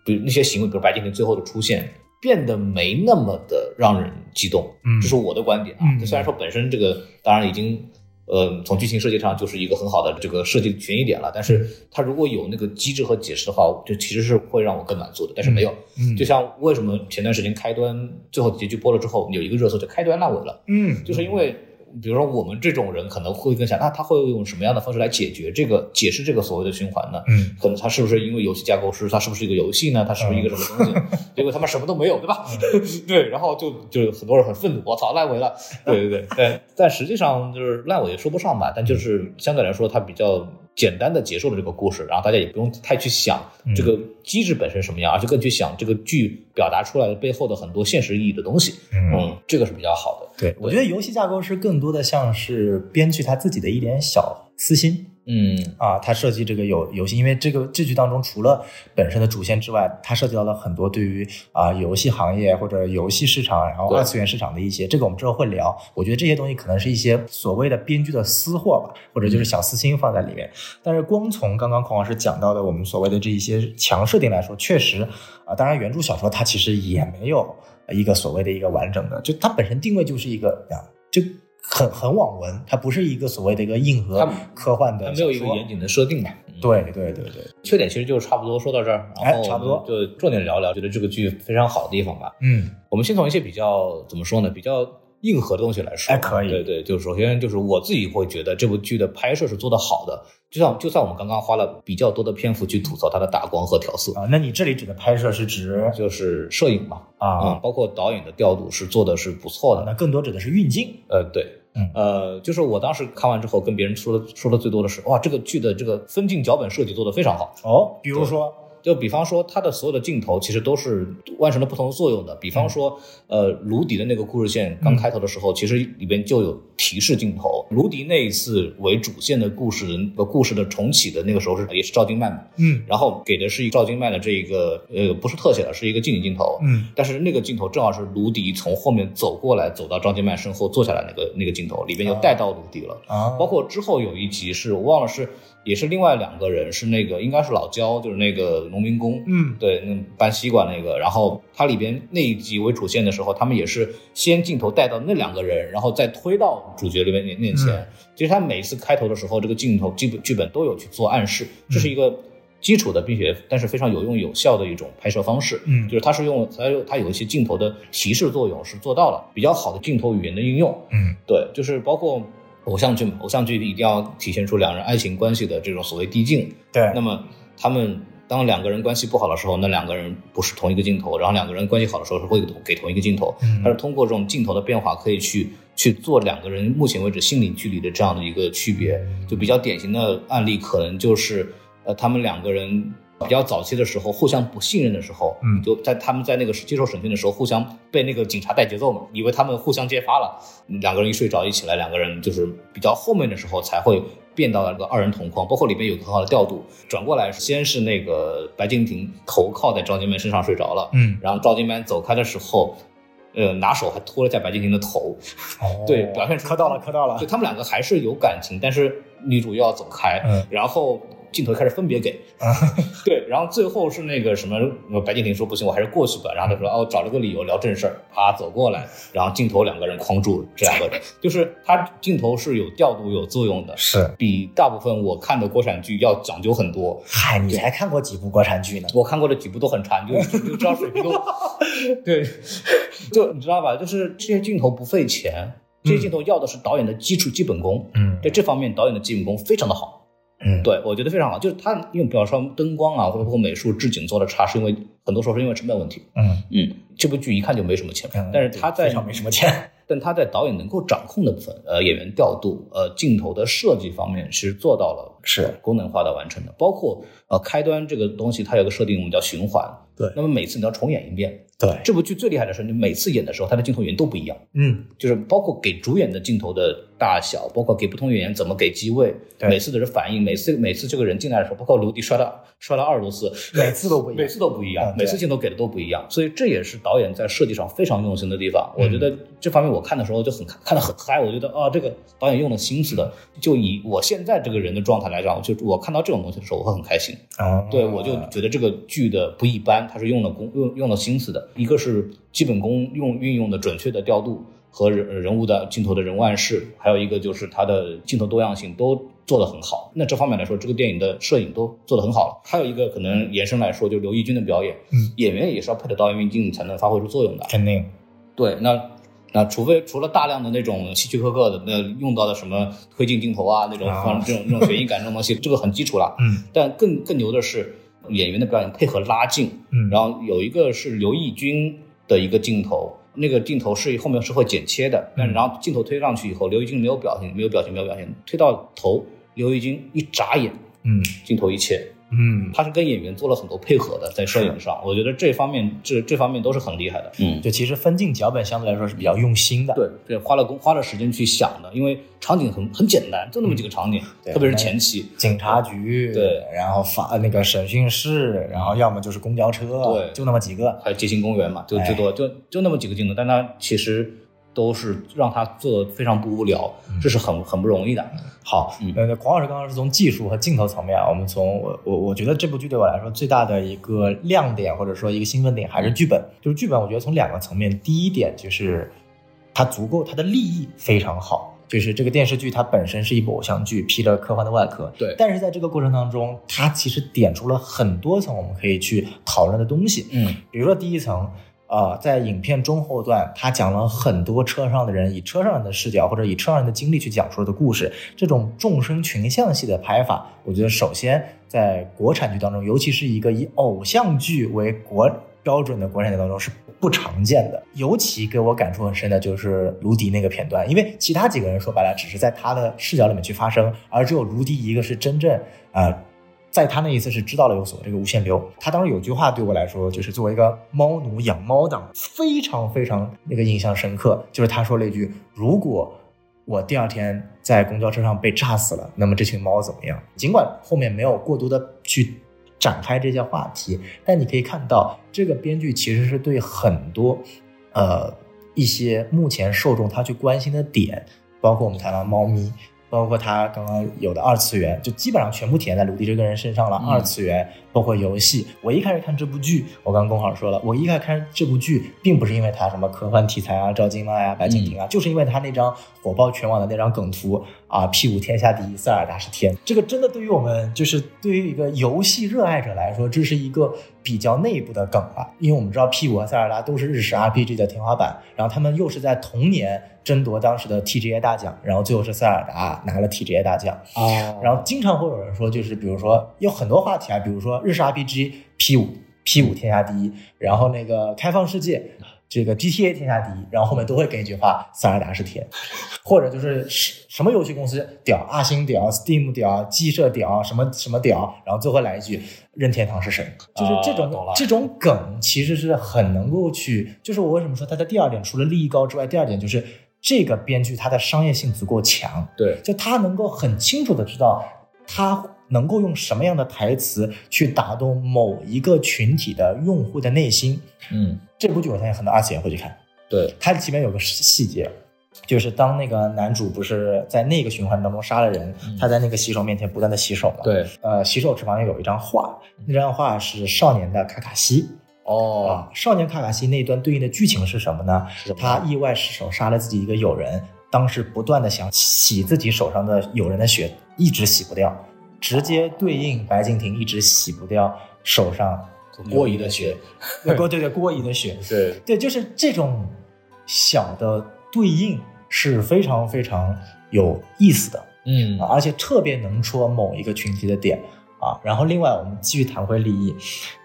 比如那些行为，比如白敬亭最后的出现。变得没那么的让人激动，嗯这是我的观点啊。嗯就虽然说本身这个当然已经，呃，从剧情设计上就是一个很好的这个设计悬疑点了，但是它如果有那个机制和解释的话，就其实是会让我更满足的。但是没有，嗯就像为什么前段时间开端最后结局播了之后，有一个热搜就开端烂尾了，嗯，就是因为。比如说，我们这种人可能会更想，那他会用什么样的方式来解决这个、解释这个所谓的循环呢？嗯，可能它是不是因为游戏架构师，它是不是一个游戏呢？它是不是一个什么东嗯西？结果他们什么都没有，对吧？ 对，然后就就很多人很愤怒，我操，烂尾了。嗯对对对，但但实际上就是烂尾也说不上吧，但嗯就是相对来说，它比较简单的结束了这个故事，然后大家也不用太去想嗯这个机制本身什么样，而是更去想这个剧表达出来的背后的很多现实意义的东西。嗯嗯，这个是比较好的。对，我觉得游戏架构师更多的像是编剧他自己的一点小私心嗯啊，他设计这个游游戏，因为这个这剧当中除了本身的主线之外，它涉及到了很多对于啊、游戏行业或者游戏市场，然后对二次元市场的一些，这个我们之后会聊。我觉得这些东西可能是一些所谓的编剧的私货吧，或者就是嗯小私心放在里面。但是光从刚刚孔老师讲到的我们所谓的这一些强设定来说，确实啊，当然原著小说它其实也没有一个所谓的一个完整的，就它本身定位就是一个啊，就很很网文，它不是一个所谓的一个硬核它科幻的它呃小没说，有一个呃严谨的设定吧？嗯对对对对，缺点其实就差不多说到这儿，然哎后差不多就重点聊聊，觉得这个剧非常好的地方吧。嗯我们先从一些比较怎么说呢，比较硬核的东西来说。啊哎可以对对，就是首先就是我自己会觉得这部剧的拍摄是做得好的，就像就算我们刚刚花了比较多的篇幅去吐槽它的打光和调色，啊，那你这里指的拍摄是指就是摄影嘛，啊、啊，包括导演的调度是做的是不错的。那更多指的是运镜，呃，对，嗯呃，就是我当时看完之后跟别人说的说的最多的是，哇，这个剧的这个分镜脚本设计做得非常好。哦，比如说就比方说，它的所有的镜头其实都是完成了不同的作用的。比方说，呃，卢迪的那个故事线刚开头的时候，其实里边就有提示镜头。卢迪那一次为主线的故事的故事的重启的那个时候是也是赵今麦，嗯然后给的是赵今麦的这一个呃不是特写了，是一个近景镜头。嗯但是那个镜头正好是卢迪从后面走过来，走到赵今麦身后坐下来那个那个镜头，里边又带到卢迪了。啊包括之后有一集是我忘了是也是另外两个人是那个应该是老焦，就是那个个农民工，嗯，对，那搬西瓜那个，然后它里边那一集为主线的时候，他们也是先镜头带到那两个人，然后再推到主角里面面面前。嗯其实他每次开头的时候，这个镜头剧本剧本都有去做暗示，这嗯是一个基础的，并且但是非常有用有效的一种拍摄方式。嗯就是它是用它有它有一些镜头的提示作用是做到了比较好的镜头语言的应用。嗯对，就是包括偶像剧嘛，偶像剧一定要体现出两人爱情关系的这种所谓递进。对那么他们当两个人关系不好的时候，那两个人不是同一个镜头，然后两个人关系好的时候是会给同一个镜头，嗯它是通过这种镜头的变化可以去去做两个人目前为止心理距离的这样的一个区别。嗯就比较典型的案例，可能就是呃，他们两个人。比较早期的时候，互相不信任的时候，嗯就在他们在那个接受审讯的时候，互相被那个警察带节奏嘛，以为他们互相揭发了，嗯两个人一睡着一起来，两个人就是比较后面的时候才会变到那个二人同框，包括里面有个很好的调度，转过来先是那个白敬亭头靠在赵金麦身上睡着了，嗯，然后赵金麦走开的时候，呃，拿手还托了一下白敬亭的头，哦对表现出磕到了，磕到了就，他们两个还是有感情，但是女主又要走开，嗯啊然后镜头开始分别给，对，然后最后是那个什么，呃白敬亭说不行，我还是过去吧，然后他说哦，找了个理由聊正事儿，啪走过来，然后镜头两个人框住这两个人，就是他镜头是有调度有作用的，是。比大部分我看的国产剧要讲究很多，嗨，你才看过几部国产剧呢？我看过的几部都很差，你就你就知道水平都，对，就你知道吧？就是这些镜头不费钱，这些镜嗯头要的是导演的基础基本功，嗯在这方面导演的基本功非常的好。嗯对我觉得非常好，就是他因为比方说灯光啊，或者包括美术置景做的差，是因为很多时候是因为成本问题。嗯嗯，这部剧一看就没什么钱，嗯但是他在非常没什么钱。但他在导演能够掌控的部分，呃，演员调度、呃，镜头的设计方面是做到了是功能化的完成的。包括呃，开端这个东西，它有个设定，我们叫循环。对那么每次你要重演一遍。对，这部剧最厉害的是，你每次演的时候，它的镜头语言都不一样，嗯，就是包括给主演的镜头的大小，包括给不同演员怎么给机位，对每次的人反应，每次每次这个人进来的时候，包括卢迪摔了摔了二十多次，每次都不一每样。次都不一嗯样，对每次镜头给的都不一样，所以这也是导演在设计上非常用心的地方。我觉得嗯这方面我看的时候就很看的很嗨，我觉得啊，这个导演用了心思的。就以我现在这个人的状态来讲，就我看到这种东西的时候，我会很开心。哦对，我就觉得这个剧的不一般，它是用了功用用了心思的，一个是基本功用运用的准确的调度和人人物的镜头的人物暗示，还有一个就是它的镜头多样性都做得很好。那这方面来说，这个电影的摄影都做得很好了。还有一个可能延伸来说，就是刘奕君的表演，嗯演员也是要配着导演运镜才能发挥出作用的。肯定对，那那除非除了大量的那种希区柯克的那用到的什么推进镜头啊，那种啊放这种这种悬疑感这种东西，这个很基础了。嗯，但更更牛的是演员的表演配合拉近，嗯然后有一个是刘奕君的一个镜头。那个镜头是后面是会剪切的，但嗯然后镜头推上去以后，刘奕君没有表情，没有表情，没有表情，推到头，刘奕君一眨眼，嗯镜头一切，嗯，他是跟演员做了很多配合的，在摄影上，我觉得这方面这这方面都是很厉害的。嗯，就其实分镜脚本相对来说是比较用心的。对，对，花了工花了时间去想的，因为场景很很简单，就那么几个场景，对特别是前期。警察局对，然后法那个审讯室，然后要么就是公交车，对就那么几个。还有街心公园嘛，就最多就就那么几个镜头，但它其实都是让它做的非常不无聊，这是很很不容易的。好嗯，呃，黄老师刚刚是从技术和镜头层面啊，我们从我我我觉得这部剧对我来说最大的一个亮点或者说一个兴奋点还是剧本，就是剧本我觉得从两个层面，第一点就是它足够它的立意非常好。就是这个电视剧，它本身是一部偶像剧，披着科幻的外壳，对但是在这个过程当中，它其实点出了很多层我们可以去讨论的东西。嗯，比如说第一层，呃，在影片中后段，他讲了很多车上的人以车上人的视角或者以车上人的经历去讲述的故事。这种众生群像戏的拍法，我觉得首先在国产剧当中，尤其是一个以偶像剧为国标准的国产剧当中是不常见的。尤其给我感触很深的就是卢迪那个片段，因为其他几个人说白了只是在他的视角里面去发声，而只有卢迪一个是真正啊。呃在他那一次是知道了有所这个无限流，他当时有句话对我来说，就是作为一个猫奴养猫党，非常非常那个印象深刻，就是他说了一句：“如果我第二天在公交车上被炸死了，那么这群猫怎么样？”尽管后面没有过多的去展开这些话题，但你可以看到，这个编剧其实是对很多呃一些目前受众他去关心的点，包括我们谈到猫咪，包括他刚刚有的二次元，就基本上全部体现在卢迪这个人身上了。嗯二次元包括游戏，我一开始看这部剧，我刚跟好说了，我一开始看这部剧，并不是因为它什么科幻题材啊、赵今麦啊、白敬亭啊，就是因为他那张火爆全网的那张梗图啊，“P 五天下第一，塞尔达是天”，这个真的对于我们就是对于一个游戏热爱者来说，这是一个比较内部的梗吧，因为我们知道啊 P 五和塞尔达都是日式 RPG 的天花板，然后他们又是在同年争夺当时的 TGA 大奖，然后最后是塞尔达拿了 TGA 大奖，啊然后经常会有人说，就是比如说有很多话题啊，比如说日式 RPG P 五 P 五天下第一，然后那个开放世界。这个 GTA 天下第一，然后后面都会跟一句话：“塞尔达是天。”或者就是什什么游戏公司屌，阿星屌，Steam 屌，鸡舍屌，什么什么屌，然后最后来一句任天堂是神，就是这种、啊懂了这种梗其实是很能够去，就是我为什么说它的第二点，除了利益高之外，第二点就是这个编剧它的商业性足够强，对，就他能够很清楚的知道他能够用什么样的台词去打动某一个群体的用户的内心。嗯，这部剧我相信很多二次元会去看，对，它里面有个细节。就是当那个男主不是在那个循环当中杀了人，嗯他在那个洗手面前不断的洗手嘛。，对，呃，洗手池旁边有一张画，那张画是少年的卡卡西。哦，啊，少年卡卡西那一段对应的剧情是什么呢？是什么他意外失手杀了自己一个友人，当时不断的想洗自己手上的友人的血，一直洗不掉，直接对应白敬亭一直洗不掉 手上过于的学，对郭对对郭姨的血，对，对，就是这种小的对应是非常非常有意思的。嗯啊，而且特别能戳某一个群体的点啊。然后另外我们继续谈回利益，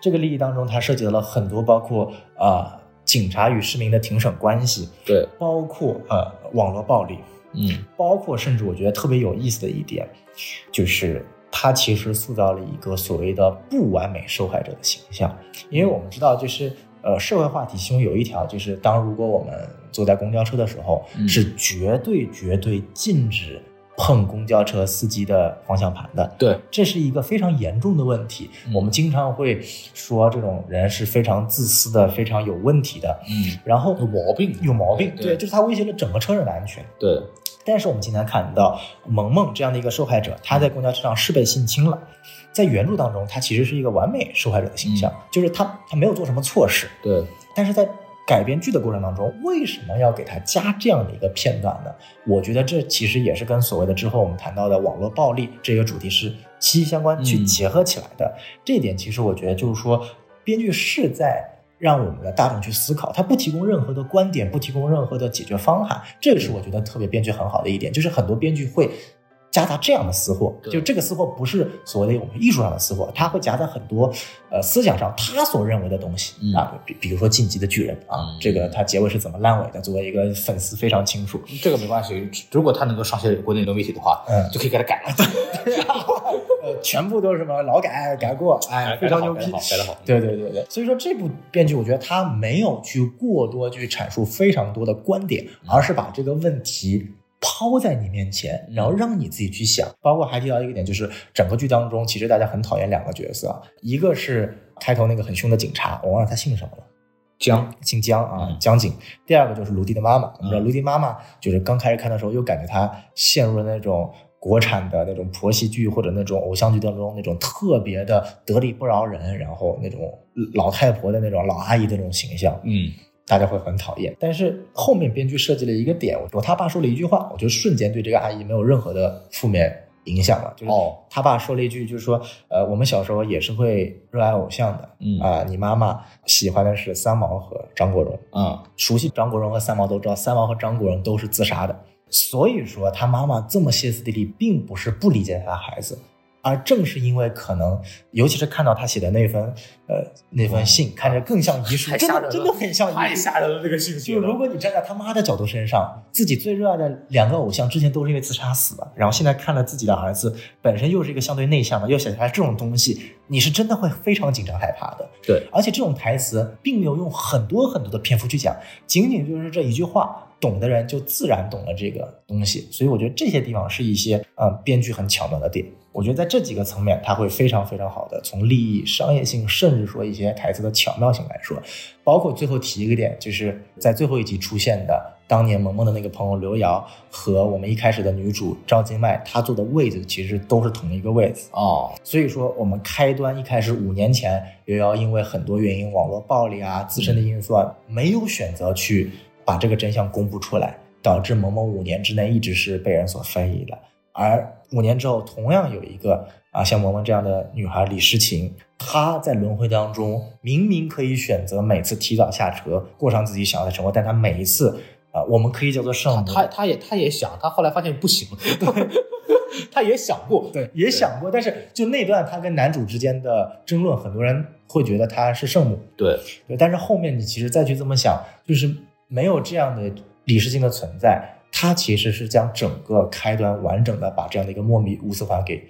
这个利益当中它涉及到了很多，包括呃警察与市民的庭审关系，对，包括呃网络暴力，嗯，包括甚至我觉得特别有意思的一点，就是它其实塑造了一个所谓的不完美受害者的形象，因为我们知道就是。呃，社会话题其中有一条就是，当如果我们坐在公交车的时候，嗯是绝对绝对禁止碰公交车司机的方向盘的。对，这是一个非常严重的问题。嗯我们经常会说这种人是非常自私的，非常有问题的。嗯，然后有毛病有毛病，对对就是他威胁了整个车人的安全。对，但是我们今天看到萌萌这样的一个受害者，她在公交车上是被性侵了。在原著当中，她其实是一个完美受害者的形象，就是她她没有做什么错事，对，但是在改编剧的过程当中，为什么要给它加这样的一个片段呢？我觉得这其实也是跟所谓的之后我们谈到的网络暴力这个主题是息息相关，去嗯结合起来的。这一点其实我觉得就是说，编剧是在。让我们的大众去思考，他不提供任何的观点，不提供任何的解决方案，这个是我觉得特别编剧很好的一点，就是很多编剧会夹杂这样的私货，对就这个私货不是所谓的我们艺术上的私货，他会夹杂很多呃思想上他所认为的东西、嗯啊，比比如说《晋级的巨人》啊嗯，这个它结尾是怎么烂尾的，作为一个粉丝非常清楚。这个没关系，如果他能够上线国内流媒体的话，嗯，就可以给他改了，呃，全部都是什么劳改改过，哎，非常牛逼改得。好，改得好，对对对对，所以说这部编剧，我觉得他没有去过多去阐述非常多的观点，而是把这个问题抛在你面前，嗯然后让你自己去想。包括还提到一个点，就是整个剧当中，其实大家很讨厌两个角色啊，一个是开头那个很凶的警察，我忘了他姓什么了。姜，姓姜啊嗯，江景。第二个就是卢迪的妈妈，我们知道嗯卢迪妈妈就是刚开始看的时候，又感觉她陷入了那种国产的那种婆媳剧或者那种偶像剧当中那种特别的得理不饶人，然后那种老太婆的那种老阿姨的那种形象，嗯，大家会很讨厌。但是后面编剧设计了一个点，我他爸说了一句话，我就瞬间对这个阿姨没有任何的负面影响了，就是哦，他爸说了一句，就是说，呃，我们小时候也是会热爱偶像的，嗯啊、你妈妈喜欢的是三毛和张国荣，啊，熟悉张国荣和三毛都知道，三毛和张国荣都是自杀的，所以说他妈妈这么歇斯底里，并不是不理解他孩子，而正是因为可能，尤其是看到他写的那份，呃，那份信，看着更像遗书，太真吓人的了真的很像遗书，太吓人了，这个信息就如果你站在他妈的角度身上，自己最热爱的两个偶像之前都是因为自杀死的，然后现在看了自己的儿子本身又是一个相对内向的，又写下来这种东西，你是真的会非常紧张害怕的。对，而且这种台词并没有用很多很多的篇幅去讲，仅仅就是这一句话，懂的人就自然懂了这个东西，所以我觉得这些地方是一些嗯、呃编剧很巧妙的点。我觉得在这几个层面，它会非常非常好的从利益、商业性，甚至说一些台词的巧妙性来说，包括最后提一个点，就是在最后一集出现的当年萌萌的那个朋友刘瑶和我们一开始的女主赵今麦，她坐的位置其实都是同一个位置。哦，所以说，我们开端一开始五年前，刘瑶因为很多原因，网络暴力啊、自身的因素啊，没有选择去把这个真相公布出来，导致萌萌五年之内一直是被人所非议的。而五年之后，同样有一个啊，像萌萌这样的女孩李诗情，她在轮回当中明明可以选择每次提早下车，过上自己想要的生活，但她每一次啊，我们可以叫做圣母，他他也他也想，他后来发现不行， 他也想过，对，也想过，但是就那段她跟男主之间的争论，很多人会觉得她是圣母，对，对。但是后面你其实再去这么想，就是没有这样的理事性的存在，它其实是将整个开端完整的把这样的一个莫米乌斯环给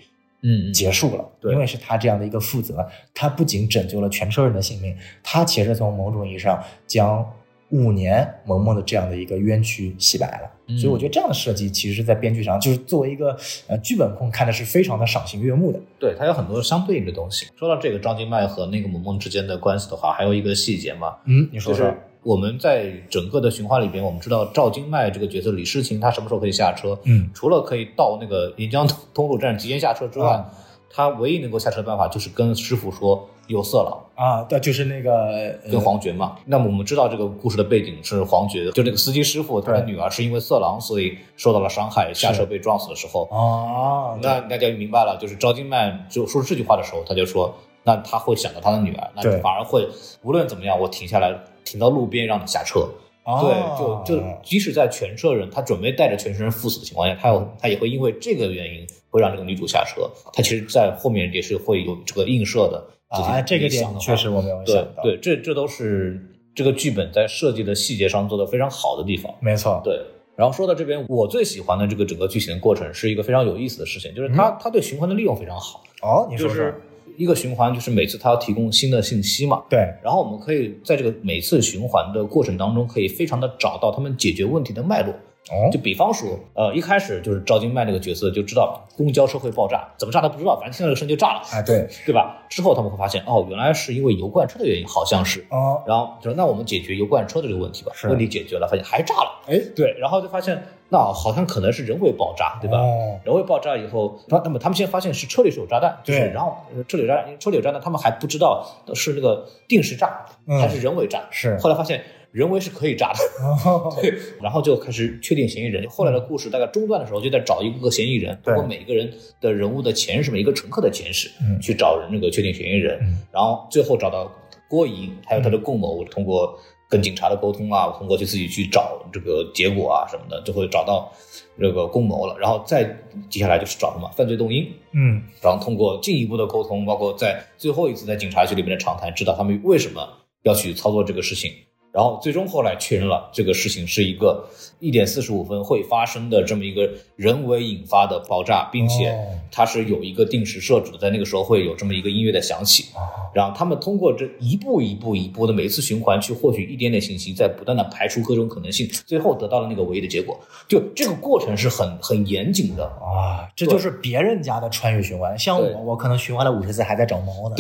嗯结束了，对因为是他这样的一个负责，他不仅拯救了全车人的性命，他其实从某种意义上将五年萌萌的这样的一个冤屈洗白了。嗯所以我觉得这样的设计，其实在编剧上，就是作为一个呃剧本控，看的是非常的赏心悦目的。对，它有很多相对应的东西。说到这个赵今麦和那个萌萌之间的关系的话，还有一个细节嘛，嗯，你说就说。是我们在整个的循环里边，我们知道赵今麦这个角色李诗情，她什么时候可以下车？嗯，除了可以到那个临江通路站提前下车之外啊，她唯一能够下车的办法就是跟师傅说有色狼。啊，对，就是那个跟呃黄觉嘛。那么我们知道这个故事的背景是黄觉，就那个司机师傅，他的对女儿是因为色狼，所以受到了伤害，下车被撞死的时候，哦，那大家就明白了，就是赵金曼就说出这句话的时候，他就说，那他会想到他的女儿，那对反而会无论怎么样，我停下来，停到路边让你下车。哦对，就就即使在全车人他准备带着全身人赴死的情况下，他有他也会因为这个原因会让这个女主下车。他其实，在后面也是会有这个映射的。啊，这个想点的话确实我没有对想到，，对，这这都是这个剧本在设计的细节上做的非常好的地方。没错，对，然后说到这边，我最喜欢的这个整个剧情的过程是一个非常有意思的事情，就是它、它对循环的利用非常好，哦，你说嗯就说，是一个循环就是每次它要提供新的信息嘛。对，然后我们可以在这个每次循环的过程当中，可以非常的找到他们解决问题的脉络。哦，就比方说，呃，一开始就是赵今麦这个角色就知道公交车会爆炸，怎么炸他不知道，反正听到这个声就炸了，啊，对，对吧？之后他们会发现，哦，原来是因为油罐车的原因，好像是。哦，然后就说那我们解决油罐车的这个问题吧是，问题解决了，发现还炸了，哎，对，然后就发现那好像可能是人为爆炸，对吧？哦人为爆炸以后，那那么他们现在发现是车里是有炸弹，就是对然后呃车里有炸弹，车里有炸弹，他们还不知道是那个定时炸嗯还是人为炸，是后来发现人为是可以炸的，哦，对，然后就开始确定嫌疑人。后来的故事大概中段的时候，就在找一个个嫌疑人，对通过每一个人的人物的前世，每一个乘客的前世，嗯去找人那个确定嫌疑人，嗯然后最后找到郭姨，还有他的共谋，通过跟警察的沟通啊，通过去自己去找这个结果啊什么的，最后找到这个共谋了。然后再接下来就是找什么犯罪动因，嗯，然后通过进一步的沟通，包括在最后一次在警察局里面的长谈，知道他们为什么要去操作这个事情。然后最终后来确认了这个事情是一个一点四十五分会发生的这么一个人为引发的爆炸，并且哦它是有一个定时设置的，在那个时候会有这么一个音乐的响起。哦然后他们通过这一步一步一步的每一次循环去获取一点点信息，在不断的排除各种可能性，最后得到了那个唯一的结果。就这个过程是很很严谨的，啊，这就是别人家的穿越循环，像对我，我可能循环了五十次还在找猫呢。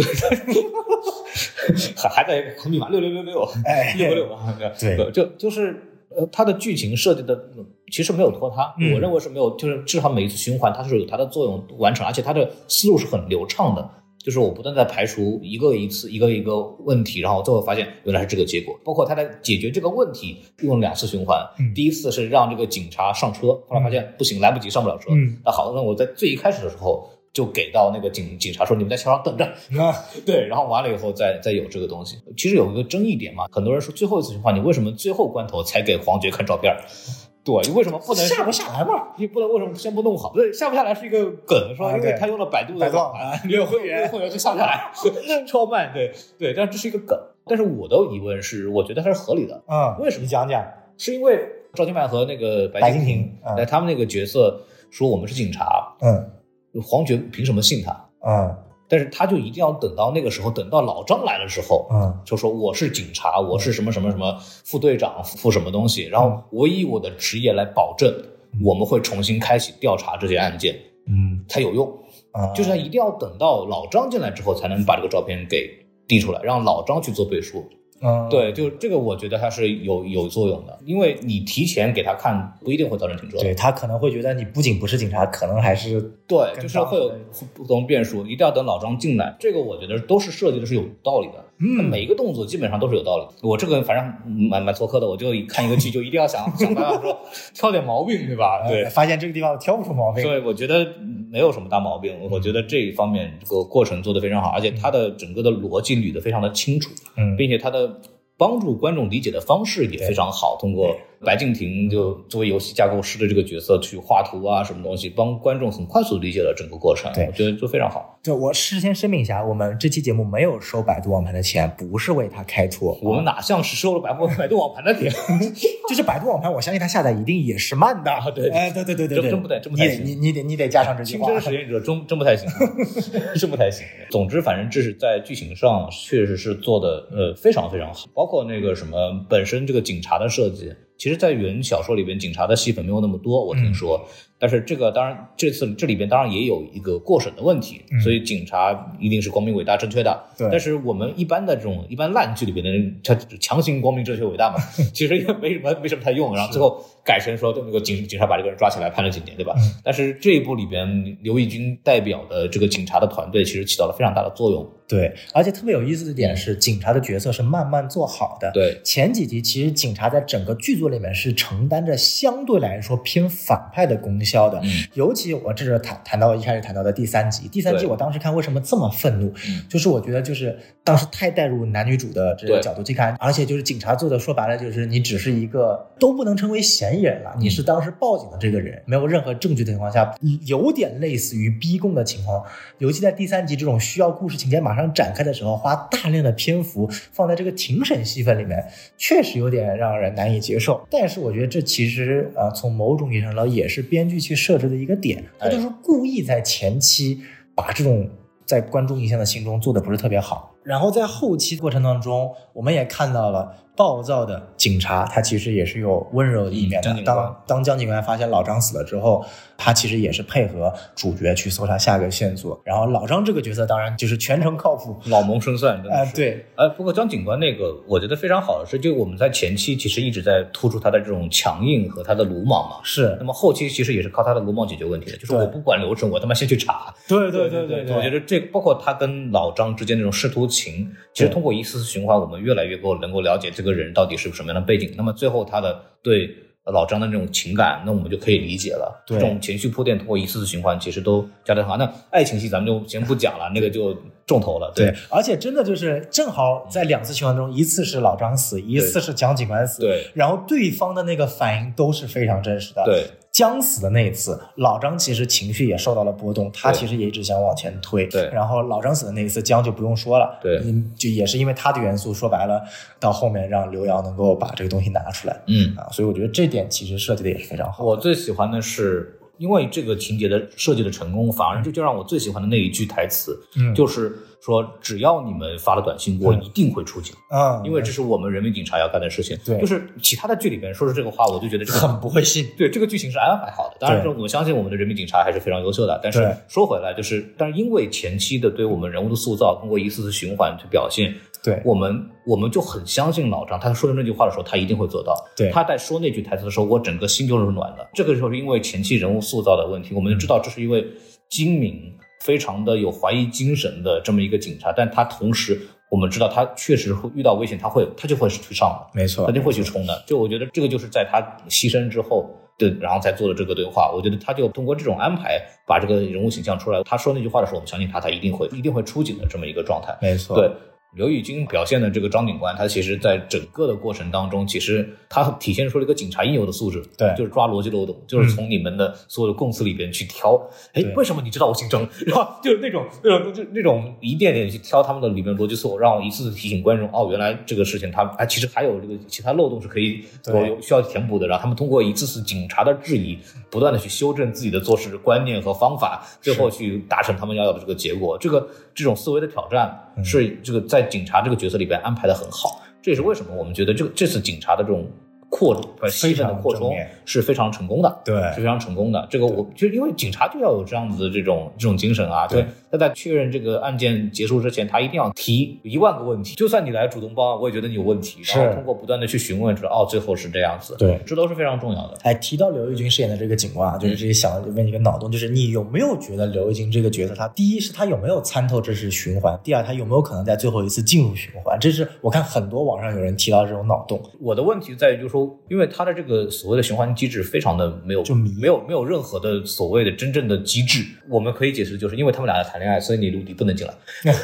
还还在密码六六六六，哎 六六嘛，对对，就就是呃，它的剧情设计的嗯其实没有拖沓，嗯我认为是没有，就是至少每一次循环它是有它的作用完成，而且它的思路是很流畅的。就是我不断在排除一个一次一个一个问题，然后最后发现原来是这个结果。包括他在解决这个问题用了两次循环，嗯第一次是让这个警察上车，后来发现不行，来不及上不了车。嗯那好，那我在最一开始的时候就给到那个警警察说，你们在桥上等着，那对，然后完了以后再再有这个东西。其实有一个争议点嘛，很多人说最后一次情况，你为什么最后关头才给黄觉看照片儿？对，你为什么不能下不下来嘛？你不能为什么先不弄好？对，下不下来是一个梗，说啊因为对他用了百度百的度啊没有会员会员就下不下 来，超慢。对对，但这是一个梗。但是我的疑问是，我觉得它是合理的，嗯，为什么你讲讲，是因为赵今麦和那个白白敬敬亭亭，嗯哎他们那个角色说我们是警察，嗯黄觉凭什么信他？嗯，但是他就一定要等到那个时候，等到老张来了之后，嗯，就说我是警察，我是什么什么什么副队长，副什么东西，然后我以我的职业来保证，我们会重新开启调查这些案件，嗯，才有用。啊，就是他一定要等到老张进来之后，才能把这个照片给递出来，让老张去做背书。嗯，对，就这个，我觉得它是有有作用的，因为你提前给他看，不一定会造成停车。对他可能会觉得你不仅不是警察，可能还是对，跟就是会有当不同变数，一定要等老张进来。这个我觉得都是设计的是有道理的，嗯，每一个动作基本上都是有道理的。我这个人反正蛮蛮做客的，我就一看一个剧就一定要想 想办法说挑点毛病，对吧？对哎，发现这个地方挑不出毛病，所以我觉得没有什么大毛病。我觉得这一方面这个过程做得非常好，而且它的整个的逻辑捋得非常的清楚，嗯并且它的帮助观众理解的方式也非常好。通过白敬亭就作为游戏架构师的这个角色去画图啊，什么东西，帮观众很快速地理解了整个过程。对我觉得就非常好。对我事先声明一下，我们这期节目没有收百度网盘的钱，不是为他开脱。啊我们哪像是收了百度百度网盘的点？就是百度网盘，我相信它下载一定也是慢的。啊对哎，对对对对真对，真不太真不你太得行你你得你得加上这句清话。真实验者真真不太行，啊真不太行。总之，反正这是在剧情上确实是做的呃非常非常好，包括那个什么本身这个警察的设计，其实，在原小说里边警察的戏份没有那么多，我听说。但是这个当然这次这里边当然也有一个过审的问题，所以警察一定是光明伟大正确的。对但是我们一般的这种一般烂剧里边的人，他强行光明正确伟大嘛，其实也没什么没什么太用。然后最后改成说那个警警察把这个人抓起来判了几年，对吧？但是这一部里边，刘奕君代表的这个警察的团队其实起到了非常大的作用。对，而且特别有意思的点是，警察的角色是慢慢做好的。对，前几集其实警察在整个剧作里面是承担着相对来说偏反派的功效的，嗯尤其我这是谈谈到一开始谈到的第三集，第三集对我当时看为什么这么愤怒嗯，就是我觉得就是当时太带入男女主的这个对角度去看，而且就是警察做的说白了就是你只是一个都不能成为嫌疑人了，你是当时报警的这个人，没有任何证据的情况下，有点类似于逼供的情况，尤其在第三集这种需要故事情节马上展开的时候，花大量的篇幅放在这个庭审戏份里面，确实有点让人难以接受。但是我觉得这其实呃，从某种意义上来说，也是编剧去设置的一个点，他就是故意在前期把这种在观众印象的心中做的不是特别好。然后在后期过程当中，我们也看到了暴躁的警察，他其实也是有温柔的一面的。嗯江警官当当江警官发现老张死了之后，他其实也是配合主角去搜查下一个线索。然后老张这个角色当然就是全程靠 谱，老谋深算，真啊、的是。对，呃，不过张警官那个，我觉得非常好的是，就我们在前期其实一直在突出他的这种强硬和他的鲁莽嘛。是那么后期其实也是靠他的鲁莽解决问题的，就是对我不管流程，我他妈先去查。对我觉得这包括他跟老张之间那种师徒情，其实通过一次次循环，我们越来越够能够了解这个人到底是个什么样的背景。那么最后他的对老张的那种情感，那我们就可以理解了。对这种情绪铺垫通过一次次循环，其实都加得很好。那爱情戏咱们就先不讲了，那个就重头了。对，而且真的就是正好在两次循环中，一次是老张死，一次是江警官死，对然后对方的那个反应都是非常真实的。，对江死的那一次，老张其实情绪也受到了波动，他对其实也一直想往前推。对然后老张死的那一次，江就不用说了，对嗯，就也是因为他的元素，说白了，到后面让刘洋能够把这个东西拿出来嗯，啊，所以我觉得这点其实设计的也是非常好。我最喜欢的是，因为这个情节的设计的成功，反而就就让我最喜欢的那一句台词，嗯就是说只要你们发了短信，我一定会出警，嗯，因为这是我们人民警察要干的事情。对就是其他的剧里边说出这个话，我就觉得这个很不会信。对这个剧情是安排好的，当然对说我们相信我们的人民警察还是非常优秀的。但是对说回来，就是但是因为前期的对我们人物的塑造，通过一次次循环去表现，对我们我们就很相信老张，他说出那句话的时候，他一定会做到。对他在说那句台词的时候，我整个心就是暖的。这个时候是因为前期人物塑造的问题，我们就知道这是一位精明、非常的有怀疑精神的这么一个警察，但他同时。我们知道他确实会遇到危险，他会他就会去上的，没错他，就会去冲的。就我觉得这个就是在他牺牲之后，对，然后再做的这个对话，我觉得他就通过这种安排把这个人物形象出来。他说那句话的时候，我们相信他，他一定会一定会出警的这么一个状态。没错，对，刘奕君表现的这个张警官，他其实在整个的过程当中，其实他体现出了一个警察应有的素质，对嗯就是抓逻辑漏洞，就是从你们的所有的供词里边去挑，哎、对为什么你知道我姓张？然后就是那种那种就那种一点点去挑他们的里面逻辑错误，让我一次次提醒观众，哦，原来这个事情他哎，其实还有这个其他漏洞是可以对有需要填补的。然后他们通过一次次警察的质疑，不断的去修正自己的做事观念和方法，最后去达成他们要有的这个结果。这个这种思维的挑战嗯是这个在警察这个角色里边安排的很好，这也是为什么我们觉得这个这次警察的这种扩呃戏份的扩正充面是非常成功的。是对非常成功的。这个我就因为警察就要有这样子的这种这种精神啊，对，他在确认这个案件结束之前，他一定要提一万个问题，就算你来主动报案，我也觉得你有问题，是然后通过不断的去询问出来，哦，最后是这样子，对，这都是非常重要的。哎，提到刘奕君饰演的这个警官啊，就是嗯这个想问一个脑洞，就是你有没有觉得刘奕君这个角色，他第一是他有没有参透这是循环，第二他有没有可能在最后一次进入循环？这是我看很多网上有人提到这种脑洞，我的问题在于，就是说，因为它的这个所谓的循环机制非常的没有，就迷没有没有任何的所谓的真正的机制。我们可以解释，就是因为他们俩在谈恋爱，所以你陆迪不能进来。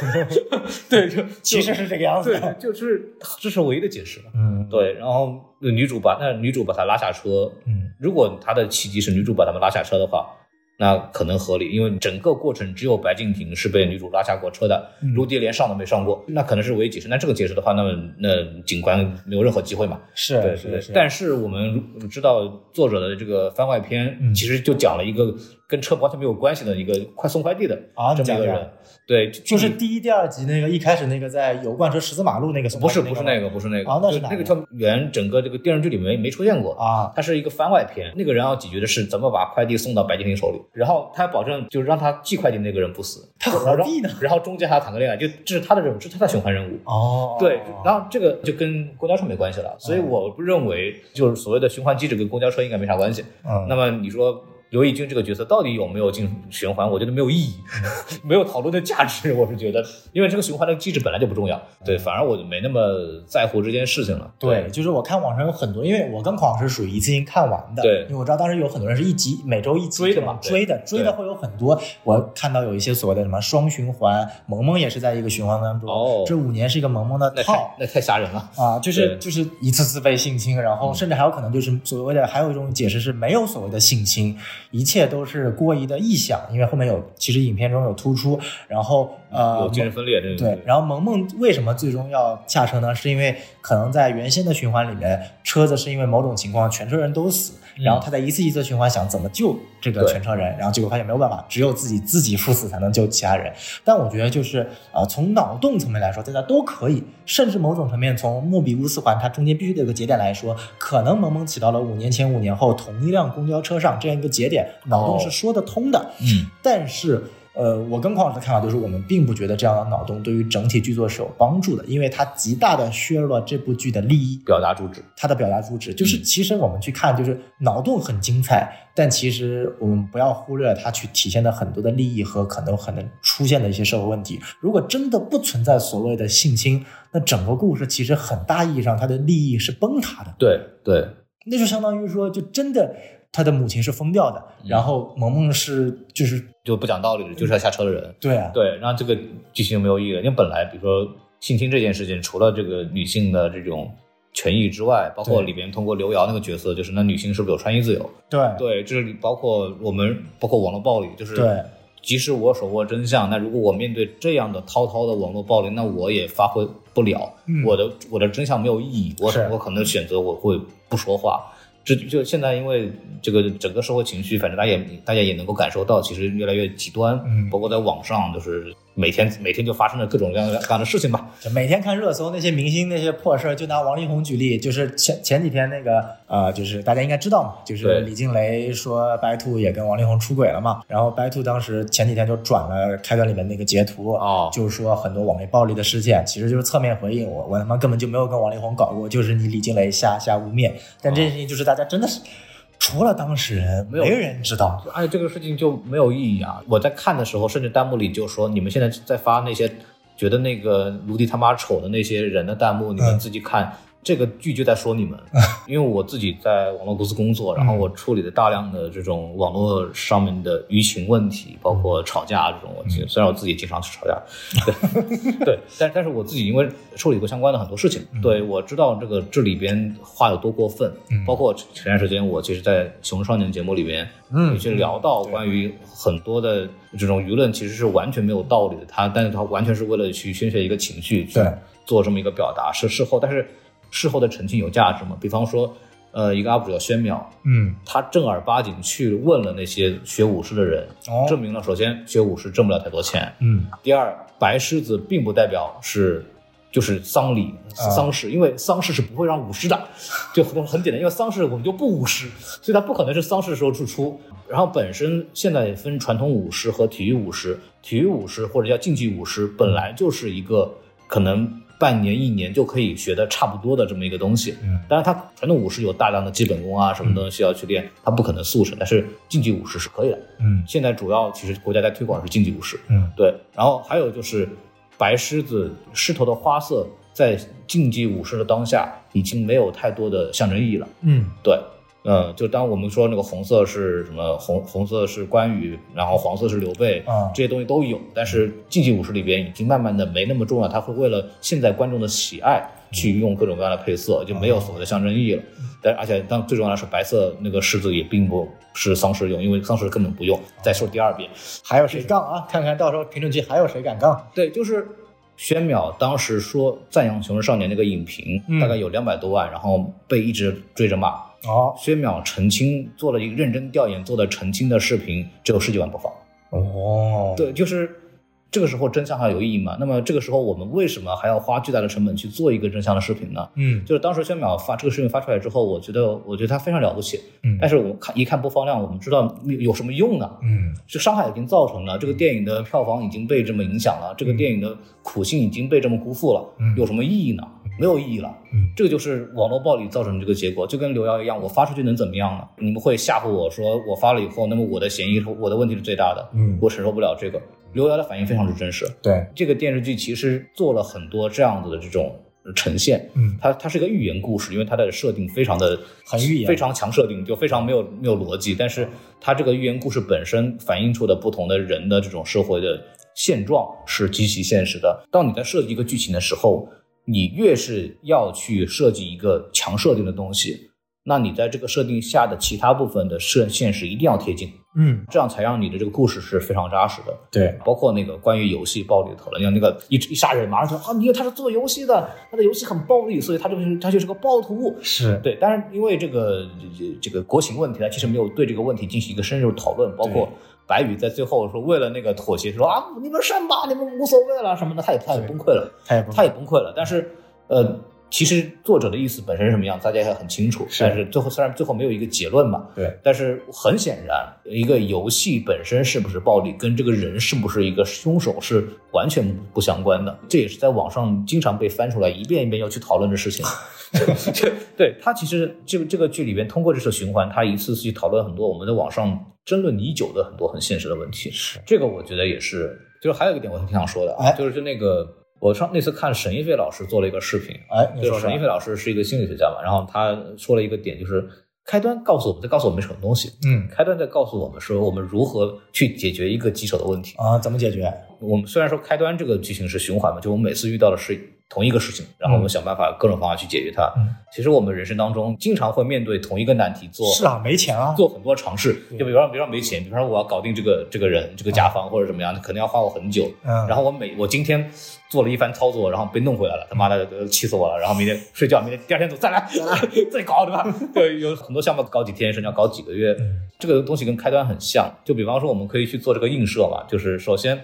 对，就其实是这个 样 子对的。，就是这是唯一的解释了。嗯，对，然后女主把那女主把他拉下车，嗯，如果他的契机是女主把他们拉下车的话，那可能合理，因为整个过程只有白敬亭是被女主拉下过车的，嗯陆迪连上都没上过，那可能是唯一解释。那这个解释的话，那么那警官没有任何机会嘛？是对是对是，但是我们知道作者的这个番外嗯篇，其实就讲了一个跟车完全没有关系的一个快送快递的啊这你么一讲个讲人，对，具就是体第一、第二集那个一开始那个在油罐车十字马路那个送不快递是吗，不是那个不是那个啊那是就哪那个个叫原整个这个电视剧里面没出现过啊，它是一个番外篇，那个人要解决的是怎么把快递送到白敬亭手里，然后他还保证就是让他寄快递那个人不死，他何必呢？然后中间还要谈个恋爱，就这是他的任务，这是他的循环任务。哦，对，然后这个就跟公交车没关系了，所嗯以我不认为就是所谓的循环机制跟公交车应该没啥关系。嗯那么你说刘奕君这个角色到底有没有进循环？我觉得没有意义，嗯没有讨论的价值。我是觉得，因为这个循环的机制本来就不重要，对，反而我就没那么在乎这件事情了。嗯对，就是我看网上有很多，因为我跟狂是属于一次性看完的，对因为我知道当时有很多人是一集每周一集追的这样嘛对追的追对的会有很多，我看到有一些所谓的什么双循环，萌萌也是在一个循环当中，哦这五年是一个萌萌的那套太。那太吓人了。啊，就是对嗯就是一次次被性侵，然后甚至还有可能就是所谓的，还有一种解释是没有所谓的性侵，一切都是过疑的臆想，因为后面有其实影片中有突出，然后呃有精神分裂这个对，然后萌萌为什么最终要下车呢？是因为可能在原先的循环里面，车子是因为某种情况全车人都死，然后他在一次一次循环想怎么救这个对全车人，然后结果发现没有办法，只有自己自己赴死才能救其他人。但我觉得就是啊、呃从脑洞层面来说，大家都可以，甚至某种层面从莫比乌斯环它中间必须得有个节点来说，可能萌萌起到了五年前、五年后同一辆公交车上这样一个节点，脑洞哦是说得通的。嗯，但是，呃，我跟邝老师的看法就是，我们并不觉得这样的脑洞对于整体剧作是有帮助的，因为它极大的削弱了这部剧的利益，表达主旨。它的表达主旨。就是其实我们去看，就是脑洞很精彩，但其实我们不要忽略它去体现的很多的利益和可能可能出现的一些社会问题。如果真的不存在所谓的性侵，那整个故事其实很大意义上它的利益是崩塌的。对对，那就相当于说，就真的。他的母亲是疯掉的，然后萌萌是就是就不讲道理的，就是要下车的人。对啊，对，然后这个剧情就没有意义了，因为本来比如说性侵这件事情，除了这个女性的这种权益之外，包括对里边通过刘瑶那个角色，就是那女性是不是有穿衣自由？对啊对，这里包括我们包括网络暴力，就是对。即使我手握真相，那如果我面对这样的滔滔的网络暴力，那我也发挥不了，嗯我的我的真相没有意义，我是我可能选择我会不说话。这就现在，因为这个整个社会情绪，反正大家也大家也能够感受到，其实越来越极端，嗯包括在网上，就是每天每天就发生了各种各样的各样的事情吧。就每天看热搜那些明星那些破事儿，就拿王力宏举例，就是前前几天那个呃，就是大家应该知道嘛，就是对李静蕾说白兔也跟王力宏出轨了嘛，然后白兔当时前几天就转了开端里面那个截图哦就是说很多网络暴力的事件，其实就是侧面回应我，我他妈根本就没有跟王力宏搞过，就是你李静蕾瞎瞎污蔑，但这件事情就是大家真的是。除了当事人，哦没有没人知道。哎，这个事情就没有意义啊！我在看的时候，甚至弹幕里就说，你们现在在发那些觉得那个卢迪他妈丑的那些人的弹幕，你们自己看，这个剧就在说你们，因为我自己在网络公司工作，然后我处理了大量的这种网络上面的舆情问题，包括吵架这种问题。虽然我自己经常去吵架，对，对，但但是我自己因为处理过相关的很多事情，对我知道这个这里边话有多过分。包括前段时间我其实，在《熊少年》节目里面，嗯也去聊到关于很多的这种舆论其实是完全没有道理的，他但是他完全是为了去宣泄一个情绪，去对做这么一个表达，是事后，但是事后的澄清有价值吗？比方说，呃，一个 UP 主叫宣淼，嗯，他正儿八经去问了那些学武士的人，哦证明了首先学武士挣不了太多钱，嗯，第二白狮子并不代表是。就是丧礼、丧事，因为丧事是不会让舞狮的，就很很简单，因为丧事我们就不舞狮，所以它不可能是丧事的时候去出。然后本身现在也分传统舞狮和体育舞狮，体育舞狮或者叫竞技舞狮，本来就是一个可能半年一年就可以学的差不多的这么一个东西。嗯但是它传统武士有大量的基本功啊，什么东西要去练，它不可能速成。但是竞技武士是可以的。嗯现在主要其实国家在推广是竞技武士。嗯，对。然后还有就是白狮子狮头的花色，在竞技武士的当下已经没有太多的象征意义了。嗯对。嗯，就当我们说那个红色是什么红红色是关羽，然后黄色是刘备，啊这些东西都有，但是竞技武士里边已经慢慢的没那么重要，他会为了现在观众的喜爱去用各种各样的配色，就没有所谓的象征意义了。但而且当最重要的是白色那个狮子也并不是丧尸用，因为丧尸根本不用。再说第二遍，还有谁杠 啊？看看到时候评论区还有谁敢杠？对，就是宣淼当时说赞扬《熊市少年》那个影评，嗯大概有两百多万，然后被一直追着骂。哦宣淼澄清做了一个认真调研做的澄清的视频，只有十几万播放。哦，对，就是这个时候真相还有意义吗？那么这个时候我们为什么还要花巨大的成本去做一个真相的视频呢？嗯就是当时宣淼发这个视频发出来之后，我觉得我觉得他非常了不起，嗯但是我看一看播放量，我们知道有有什么用啊呢？嗯这伤害已经造成了，这个电影的票房已经被这么影响了，这个电影的苦心已经被这么辜负了，嗯有什么意义呢？没有意义了。嗯这个就是网络暴力造成的这个结果，就跟刘瑶一样，我发出去能怎么样呢？你们会吓唬我说我发了以后，那么我的嫌疑是我的问题是最大的，嗯我承受不了这个。刘瑶的反应非常之真实，对，这个电视剧其实做了很多这样子的这种呈现，嗯它它是一个寓言故事，因为它的设定非常的很寓言非常强设定，就非常没有没有逻辑。但是它这个寓言故事本身反映出的不同的人的这种社会的现状是极其现实的。当你在设计一个剧情的时候，你越是要去设计一个强设定的东西，那你在这个设定下的其他部分的设现实一定要贴近，嗯这样才让你的这个故事是非常扎实的。对，包括那个关于游戏暴力的讨论，像那个一一杀人马上说啊，因为他是做游戏的，他的游戏很暴力，所以他就是他就是个暴徒。是对，但是因为这个这这个国情问题呢，其实没有对这个问题进行一个深入讨论，包括对白宇在最后说为了那个妥协说啊，你们删吧，你们无所谓了什么的，他也他也崩溃了，他也不他也崩溃了。但是呃，其实作者的意思本身是什么样，大家也很清楚。是但是最后虽然最后没有一个结论嘛，对，但是很显然，一个游戏本身是不是暴力，跟这个人是不是一个凶手是完全不相关的。这也是在网上经常被翻出来，一遍一遍要去讨论的事情。对他其实这个这个剧里边，通过这次循环，他一次次去讨论很多我们在网上争论已久的很多很现实的问题。是这个我觉得也是，就是还有一个点我挺想说的，哎就是就那个我上那次看沈一飞老师做了一个视频，哎，你就说是说沈一飞老师是一个心理学家嘛，然后他说了一个点，就是开端告诉我们，在告诉我们什么东西。嗯开端在告诉我们说，我们如何去解决一个棘手的问题。啊，怎么解决？我们虽然说开端这个剧情是循环嘛，就我们每次遇到的是同一个事情，然后我们想办法各种方法去解决它。嗯其实我们人生当中经常会面对同一个难题做，是啊，没钱啊，做很多尝试。就比方说，比方说没钱，比方说我要搞定这个这个人、这个甲方或者怎么样，可能要花我很久。嗯然后我每我今天做了一番操作，然后被弄回来了，他妈的呃气死我了。然后明天睡觉，明天第二天走再来 再搞，对吧？对，有很多项目搞几天，甚至要搞几个月。这个东西跟开端很像，就比方说我们可以去做这个映射嘛，就是首先。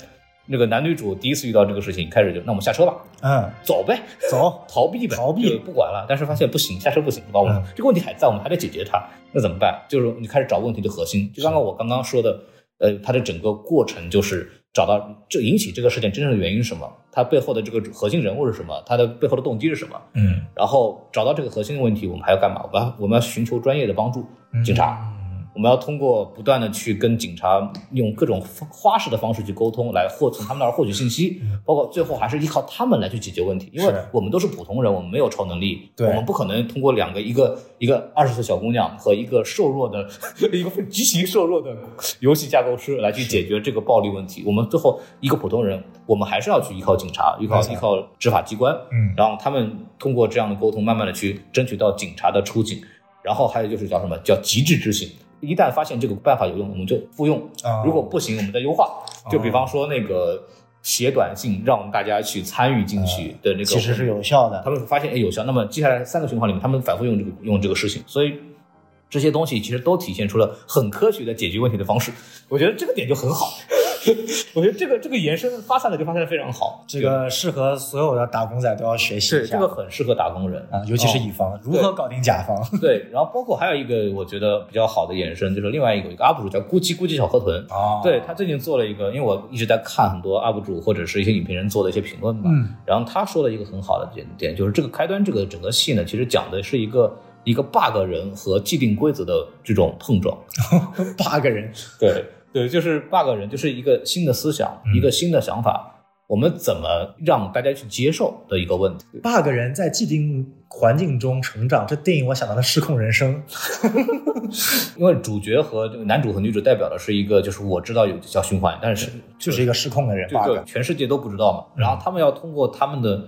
那个男女主第一次遇到这个事情，开始就那我们下车吧，嗯，走呗，走，逃避呗，逃避就不管了。但是发现不行，下车不行，把我们、嗯这个问题还在，我们还得解决它，那怎么办？就是你开始找问题的核嗯心。就刚刚我刚刚说的，呃，它的整个过程就是找到这引起这个事件真正的原因是什么，它背后的这个核心人物是什么，它的背后的动机是什么，嗯然后找到这个核心的问题，我们还要干嘛？我们要我们要寻求专业的帮助，警察。嗯我们要通过不断的去跟警察用各种花式的方式去沟通，来获从他们那儿获取信息，包括最后还是依靠他们来去解决问题，因为嗯是我们都是普通人，我们没有超能力，对我们不可能通过两个一个一个二十岁小姑娘和一个瘦弱的 一个极其瘦弱的游戏架构师来去解决这个暴力问题。我们最后一个普通人，我们还是要去依靠警察，依靠没错依靠执法机关，嗯，然后他们通过这样的沟通，慢慢的去争取到警察的出警，然后还有就是叫什么叫极致执行。一旦发现这个办法有用，我们就复用；哦啊如果不行，我们再优化。就比方说那个写短信，让大家去参与进去的那个，嗯其实是有效的。他们发现哎有效。那么接下来三个循环里面，他们反复用这个用这个事情，所以这些东西其实都体现出了很科学的解决问题的方式。我觉得这个点就很好， 我觉得这个这个延伸发散的就发散的非常好。这个适合所有的打工仔都要学习对一下这个很适合打工人 啊，尤其是乙方如何搞定甲方，对，然后包括还有一个我觉得比较好的延伸，就是另外一个有一个 UP 主叫咕叽咕叽小河豚。啊对他最近做了一个，因为我一直在看很多 UP 主或者是一些影评人做的一些评论嘛，嗯然后他说了一个很好的点点，就是这个开端这个整个戏呢，其实讲的是一个一个 bug 人和既定规则的这种碰撞。八个人对对，就是 bug 人就是一个新的思想，嗯一个新的想法，我们怎么让大家去接受的一个问题。 bug 人在既定环境中成长，这电影我想到了《失控人生》，因为主角和这个男主和女主代表的是一个，就是我知道有叫循环，但是就是一个失控的人对 bug。对，全世界都不知道嘛。然后他们要通过他们的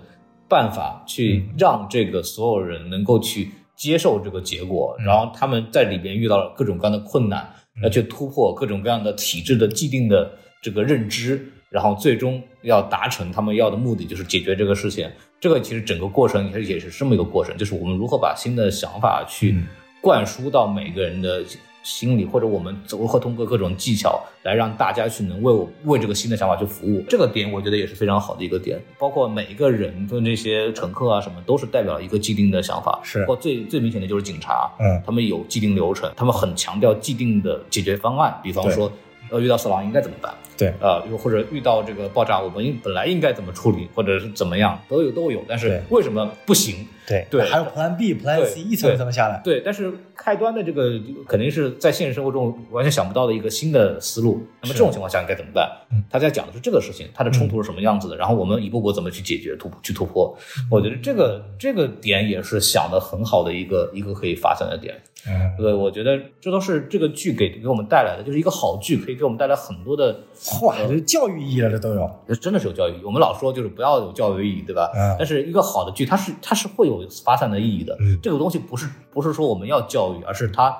办法去让这个所有人能够去接受这个结果，然后他们在里边遇到了各种各样的困难，要去突破各种各样的体制的既定的这个认知，然后最终要达成他们要的目的，就是解决这个事情。这个其实整个过程也是也是这么一个过程，就是我们如何把新的想法去嗯灌输到每个人的心里，或者我们如何通过各种技巧来让大家去能为我为这个新的想法去服务。这个点我觉得也是非常好的一个点，包括每一个人的那些乘客啊什么，都是代表了一个既定的想法。是包括最最明显的就是警察，嗯，他们有既定流程，他们很强调既定的解决方案，比方对说。呃，遇到色狼应该怎么办？对呃，又或者遇到这个爆炸，我们应本来应该怎么处理，或者是怎么样，都有都有，但是对为什么不行？对对还有 Plan B、Plan 对 C 一层一层下来，对，但是开端的这个呃肯定是在现实生活中完全想不到的一个新的思路。那么这种情况下应该怎么办嗯？他在讲的是这个事情，它的冲突是什么样子的，然后我们一步步怎么去解决、突去突破。嗯我觉得这个这个点也是想的很好的一个一个可以发散的点。嗯，对，我觉得这都是这个剧给给我们带来的，就是一个好剧，可以给我们带来很多的哇，这教育意义了，这都有，这真的是有教育意义。我们老说就是不要有教育意义，对吧？嗯但是一个好的剧，它是它是会有发散的意义的。嗯这个东西不是不是说我们要教育，而是它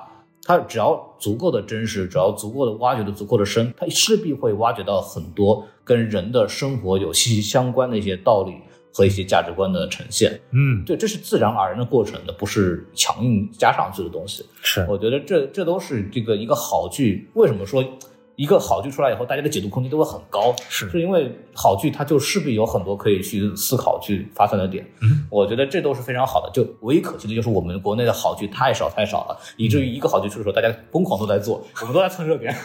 它只要足够的真实，只要足够的挖掘的足够的深，它势必会挖掘到很多跟人的生活有息息相关的一些道理和一些价值观的呈现。嗯，对，这是自然而然的过程的，不是强硬加上去的东西。是我觉得这这都是这个一个好剧。为什么说一个好剧出来以后，大家的解读空间都会很高？是是因为好剧它就势必有很多可以去思考、去发散的点。嗯，我觉得这都是非常好的。就唯一可惜的就是我们国内的好剧太少太少了，以嗯至于一个好剧出的时候，大家疯狂都在做，我们都在蹭热点，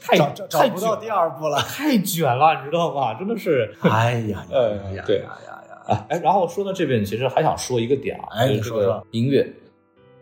太找找太找不到卷第二步了， 太卷了，你知道吗？真的是。哎呀呃呀呀对呀呀呀，啊，哎，然后说到这边，其实还想说一个点啊，哎就是你这说个说音乐，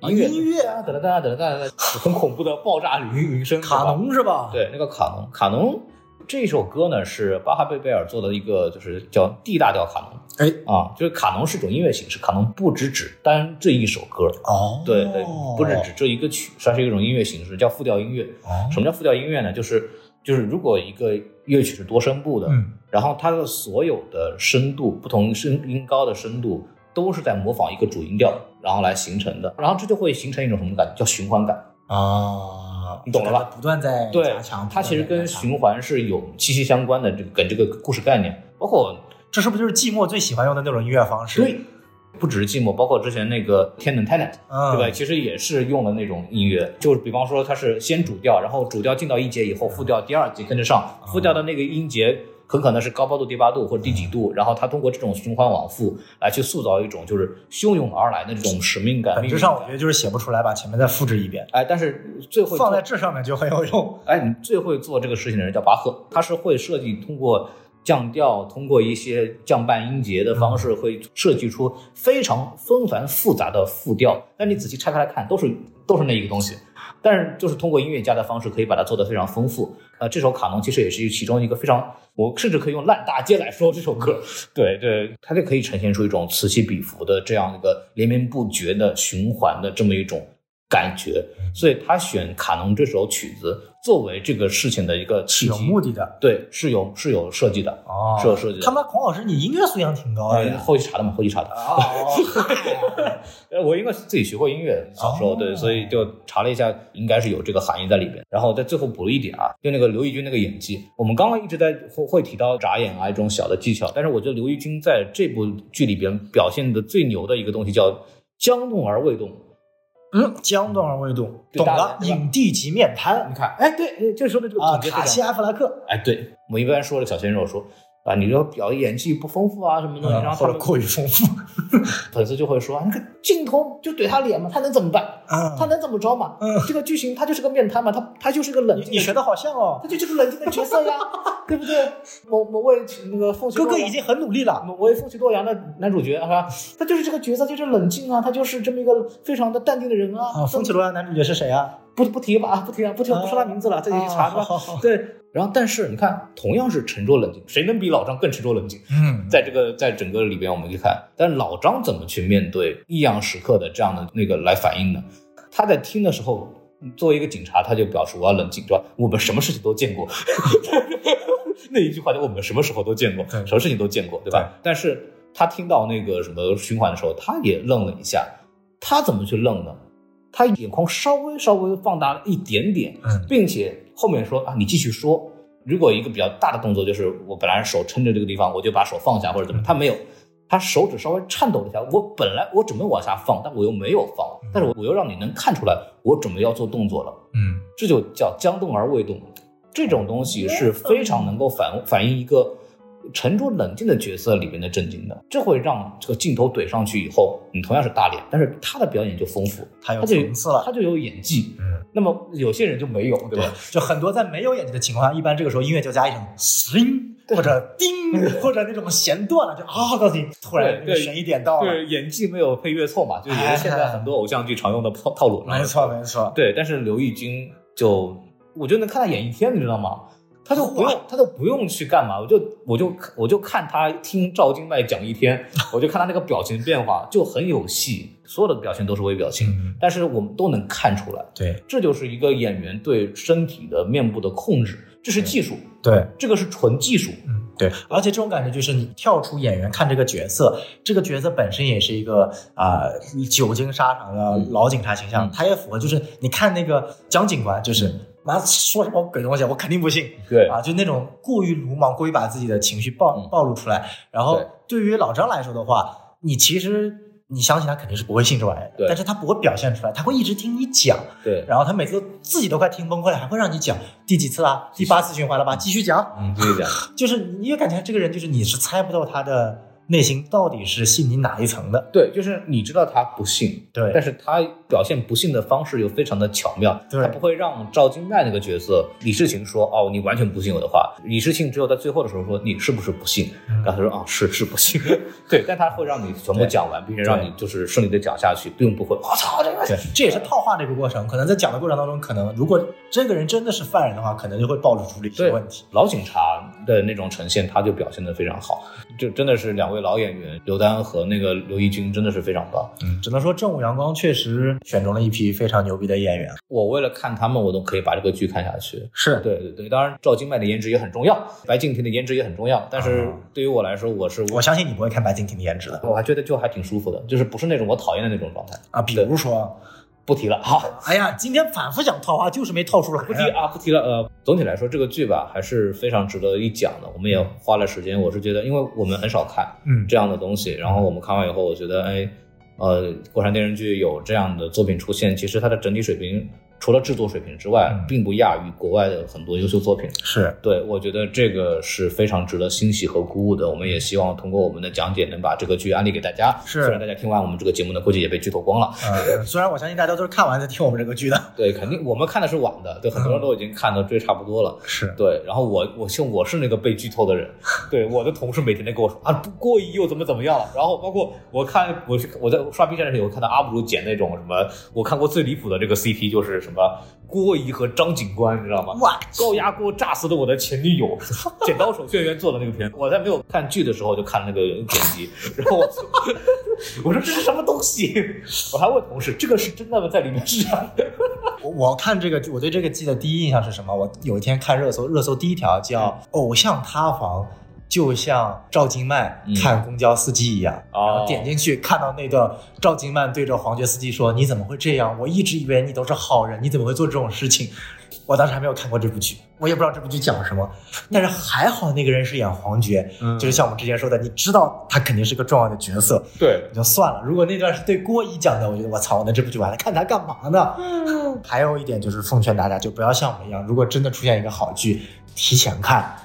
啊乐，音乐啊哒哒哒哒哒哒哒，很恐怖的爆炸铃铃声，卡对吧农是吧？，对，那个卡农，卡农这首歌呢是巴哈贝贝尔做的一个，就是叫 D 大调卡农，哎，啊，就是卡农是一种音乐形式，卡农不只指单这一首歌，哦，对对，不只指这一个曲，算是一种音乐形式，叫复调音乐。哦，什么叫复调音乐呢？就是就是如果一个乐曲是多声部的，嗯，然后它的所有的深度，不同声音高的深度。都是在模仿一个主音调，然后来形成的，然后这就会形成一种什么感觉，叫循环感。啊，你懂了吧？不断在对加它强，，不断在其实跟加强循环是有息息相关的，这个跟这个故事概念，包括这是不是就是寂寞最喜欢用的那种音乐方式？，对，不只是寂寞，包括之前那个《天能 Tenant》，嗯，对吧？？其实也是用了那种音乐，就是比方说它是先主调，然后主调进到一节以后，副调第二节跟着上，嗯副调的那个音节。很可能是高八度、低八度或者第几嗯度，然后它通过这种循环往复来去塑造一种就是汹涌而来的这种使命感、本命质运上我感觉。得就是写不出来，把前面再复制一遍，哎，但是最会放做在这上面就很有 用。哎，你最会做这个事情的人叫巴赫，他是会设计通过降调，通过一些降半音节的方式，会设计出非常纷繁复杂的复调。但你仔细拆开来看，都是都是那一个东西。但是就是通过音乐家的方式，可以把它做得非常丰富。呃，这首《卡农》其实也是其中一个非常，我甚至可以用烂大街来说这首歌。嗯对对，它就可以呈现出一种此起彼伏的这样一个连绵不绝的循环的这么一种感觉。嗯所以他选《卡农》这首曲子作为这个事情的一个契是有机，目的的对，是有是有设计的，哦是有设计的。他妈，孔老师，你音乐素养挺高的呃，哎呀。后期查的嘛，后期查的。哦，呃， 我因为自己学过音乐，小时候、哦对，所以就查了一下，应该是有这个含义在里边。然后在最后补了一点啊，就那个刘奕君那个演技，我们刚刚一直在会会提到眨眼啊一种小的技巧，但是我觉得刘奕君在这部剧里边表现的最牛的一个东西叫将动而未动。嗯，江东而未动， 对懂大了，家对吧影帝即面瘫你看，哎，对，这说的这个啊，总结非卡常西阿弗拉克，哎，对我们一般说的小鲜肉说啊，你说表演技不丰富啊什么的，然后嗯他或者们过于丰 富粉丝就会说，啊那个镜头就怼他脸嘛，他能怎么办？啊他能怎么着嘛？嗯这个剧情他就是个面瘫嘛，他他就是个冷你静你的学的好像哦，他就就是冷静的角色 呀，对不对？某某位那个风哥哥已经很努力了，某位风趣多扬的男主角是吧？他就是这个角色，就是冷静啊，他就是这么一个非常的淡定的人啊。啊，风起罗阳男主角是谁啊？不不提吧，啊不提了，不提了，不说他名字了，自己去查啊是好吧？好好，对。然后，但是你看，同样是沉着冷静，谁能比老张更沉着冷静？嗯，在这个在整个里边，我们去看，但老张怎么去面对异样时刻的这样的那个来反应呢？他在听的时候，作为一个警察，他就表示我要冷静，对吧？我们什么事情都见过， 那一句话就我们什么时候都见过，对什么事情都见过，对吧？但是他听到那个什么循环的时候，他也愣了一下，他怎么去愣呢？他眼眶稍微稍微放大了一点点，嗯并且后面说啊，你继续说。如果一个比较大的动作，就是我本来手撑着这个地方，我就把手放下或者怎么，他没有，他手指稍微颤抖了一下。我本来我准备往下放，但我又没有放，但是我又让你能看出来我准备要做动作了，嗯，这就叫将动而未动。这种东西是非常能够反反映一个沉着冷静的角色里面的震惊的，这会让这个镜头怼上去以后，你同样是大脸，但是他的表演就丰富，他有他就层次了。他就有演技。嗯，那么有些人就没有，对吧？就很多在没有演技的情况下，一般这个时候音乐就加一声嘶音对或者叮，或者那种弦断了，就啊，到底突然对那个对悬疑点到了。对，演技没有配乐凑嘛，就也是现在很多偶像剧常用的套套路。没错，没错。对，但是刘奕君就我就能看他演一天，你知道吗？他就不用，他就不用去干嘛，我就我就我就看他听赵今麦讲一天，我就看他那个表情变化就很有戏，所有的表情都是微表情，嗯，但是我们都能看出来，对这就是一个演员对身体的面部的控制，这是技术，对，这个是纯技术，嗯对。而且这种感觉就是你跳出演员看这个角色，这个角色本身也是一个啊、久经沙场的老警察形象，嗯他也符合。就是你看那个江警官，就是妈说什么鬼东西，我肯定不信。对啊，就那种过于鲁莽，过于把自己的情绪暴嗯暴露出来。然后对对于老张来说的话，你其实你相信他肯定是不会信这玩意儿的，对但是他不会表现出来，他会一直听你讲，对，然后他每次都自己都快听崩溃了，还会让你讲第几次啦？第八次循环了吧？继续讲，嗯，就是这样。 就是你也感觉这个人就是你是猜不到他的内心到底是信你哪一层的。对，就是你知道他不信，对但是他表现不信的方式又非常的巧妙，对他不会让赵今麦那个角色李世情说哦，你完全不信我的话，李世情只有在最后的时候说你是不是不信，嗯然后他说啊、是是不信， 对，但他会让你全部对讲完，并且让你就是顺利的讲下去，并不会我操这个对，这也是套话的一个过程。可能在讲的过程当中，可能如果这个人真的是犯人的话，可能就会暴露出一些对问题。老警察的那种呈现，他就表现的非常好，就真的是两位老演员刘丹和那个刘奕君真的是非常棒，嗯，只能说正午阳光确实选中了一批非常牛逼的演员。我为了看他们，我都可以把这个剧看下去，是对对对，当然赵今麦的颜值也很重要，白敬亭的颜值也很重要，但是对于我来说，啊我是我相信你不会看白敬亭的颜值的我还觉得就还挺舒服的，就是不是那种我讨厌的那种状态。啊。比如说，不提了，好，哎呀，今天反复想套话，就是没套出来。不提啊，不提了。呃，总体来说，这个剧吧还是非常值得一讲的。我们也花了时间，我是觉得，因为我们很少看嗯，这样的东西，然后我们看完以后，我觉得，哎，呃，国产电视剧有这样的作品出现，其实它的整体水平除了制作水平之外，嗯并不亚于国外的很多优秀作品。是对，我觉得这个是非常值得欣喜和鼓舞的。我们也希望通过我们的讲解，能把这个剧安利给大家。是虽然大家听完我们这个节目呢，估计也被剧透光了。嗯，虽然我相信大家都是看完才听我们这个剧的，对，肯定我们看的是晚的，对，很多人都已经看的追差不多了。是对，然后我我像我是那个被剧透的人，对我的同事每天都跟我说啊，不过一又怎么怎么样了，然后包括我看我是我在刷 B 站的时候，我看到 UP 主剪那种什么，我看过最离谱的这个 CP 就是什么郭姨和张警官，你知道吗？哇，高压锅炸死了我的前女友， 剪刀手轩辕做的那个片，我在没有看剧的时候就看那个剪辑，然后我 我说这是什么东西？我还问同事这个是真的吗？在里面是这样的？我我看这个，我对这个剧的第一印象是什么？我有一天看热搜，热搜第一条叫嗯“偶像塌房”。就像赵今麦嗯看公交司机一样，哦然后点进去看到那段赵今麦对着黄觉司机说：“你怎么会这样？我一直以为你都是好人，你怎么会做这种事情？”我当时还没有看过这部剧，我也不知道这部剧讲什么，但是还好那个人是演黄觉，嗯就是像我们之前说的，你知道他肯定是个重要的角色，对，也就算了。如果那段是对郭姨讲的，我觉得我操，那这部剧完了，看他干嘛呢？还有一点就是奉劝大家，就不要像我们一样，如果真的出现一个好剧，提前看。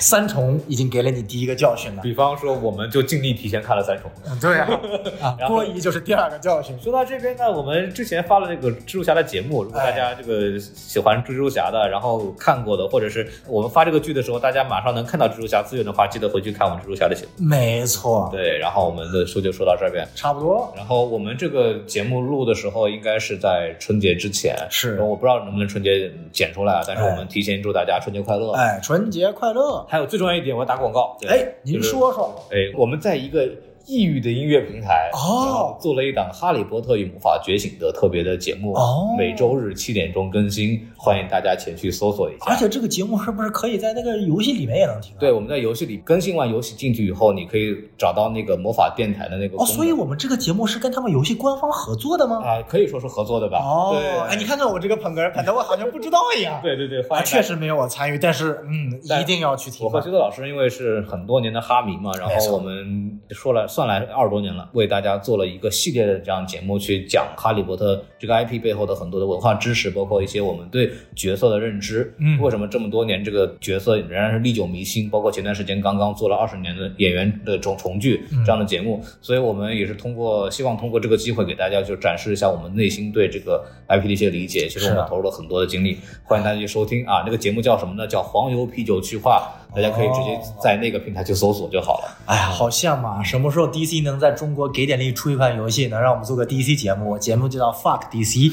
三重已经给了你第一个教训了，比方说，我们就尽力提前看了三重。嗯对啊， 啊，然后郭姨就是第二个教训。说到这边呢，我们之前发了这个蜘蛛侠的节目，如果大家这个喜欢蜘蛛侠的，然后看过的，或者是我们发这个剧的时候，大家马上能看到蜘蛛侠资源的话，记得回去看我们蜘蛛侠的节目。没错，对，然后我们的书就说到这边。差不多然后我们这个节目录的时候，应该是在春节之前，是我不知道能不能春节剪出来啊，但是我们提前祝大家春节快乐。哎，春节快乐！还有最重要一点，我要打广告。对哎，您就是说说，哎，我们在一个异域的音乐平台哦然后做了一档《哈利波特与魔法觉醒》的特别的节目，哦每周日七点钟更新，欢迎大家前去搜索一而下。且这个节目是不是可以在那个游戏里面也能听啊？对，我们在游戏里更新完游戏进去以后，你可以找到那个魔法电台的那个哦，功能所以我们这个节目是跟他们游戏官方合作的吗？啊、可以说是合作的吧？哦，哎，啊对，你看看我这个捧哏儿，捧的我好像不知道一样。对对对，欢啊，迎大确家。实没有我参与，但是嗯，但一定要去听我吧和。徐德老师因为是很多年的哈迷嘛，然没后错我们说了算来二十多年了，为大家做了一个系列的这样节目，去讲《哈利波特》这个 IP 背后的很多的文化知识，包括一些我们对角色的认知。嗯为什么这么多年这个角色仍然是历久弥新？包括前段时间刚刚做了二十年的演员的重重聚嗯这样的节目，所以我们也是通过希望通过这个机会给大家就展示一下我们内心对这个 IP 的一些理解。其实我是们啊投入了很多的精力，欢迎大家去收听啊！那个节目叫什么呢？叫黄油啤酒去化，大家可以直接在那个平台去搜索就好了。哎呀，好羡慕啊！什么时候 DC 能在中国给点力出一款游戏，能让我们做个 DC 节目？我节目就叫 Fuck DC，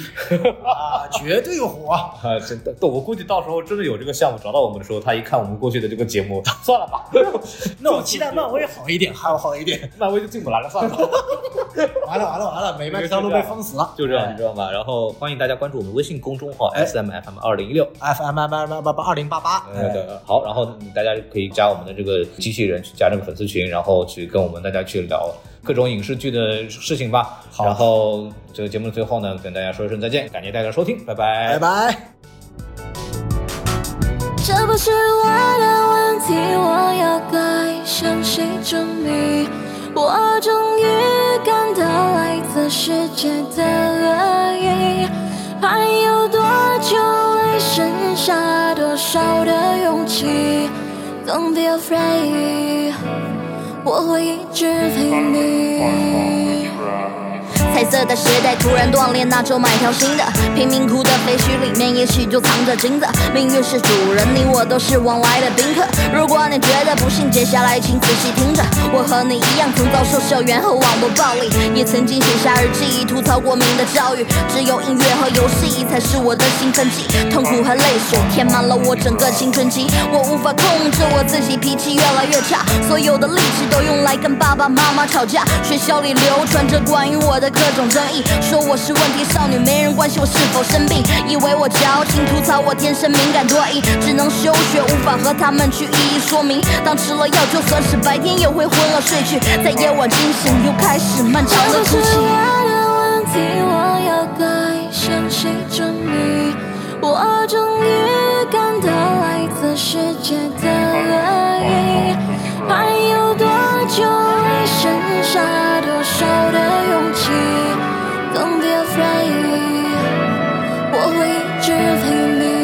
啊，绝对火！啊，真的，对我估计到时候真的有这个项目找到我们的时候，他一看我们过去的这个节目，算了 吧，那我期待漫威好一点，还有好一点。 漫威就进不来了，算了吧。完了完了完了，美漫这条路被封死了。 就这样，你知道吗？然后欢迎大家关注我们微信公众号 S M F M 二零一六。 FM 八八八二零八八，对对，好，然后大家可以加我们的这个机器人，去加这个粉丝群，然后去跟我们大家去聊各种影视剧的事情吧。好然后这个节目的最后呢，跟大家说一声再见，感谢大家收听，拜拜拜拜。这不是我的问题，我要该向谁证明？我终于感到来自世界的恶意，还有多久会剩下多少的勇气？Don't be afraid，我会一直陪你。彩色的鞋带突然断裂，那就买条新的。贫民窟的废墟里面，也许就藏着金子。命运是主人，你我都是往来的宾客。如果你觉得不幸，接下来请仔细听着。我和你一样，曾遭受校园和网络暴力，也曾经写下日记，吐槽国民的教育。只有音乐和游戏才是我的兴奋剂，痛苦和泪水填满了我整个青春期。我无法控制我自己，脾气越来越差，所有的力气都用来跟爸爸妈妈吵架。学校里流传着关于我的各种争议，说我是问题少女，没人关心我是否生病，以为我矫情，吐槽我天生敏感多疑，只能休学，无法和他们去一一说明。当吃了药，就算是白天也会昏了睡去，在夜晚惊醒，又开始漫长这不的哭是泣。我的问题，我要该向谁证明？我终于感到来自世界的恶意，还有多久会剩下多少的勇气？Don't be afraid，我会一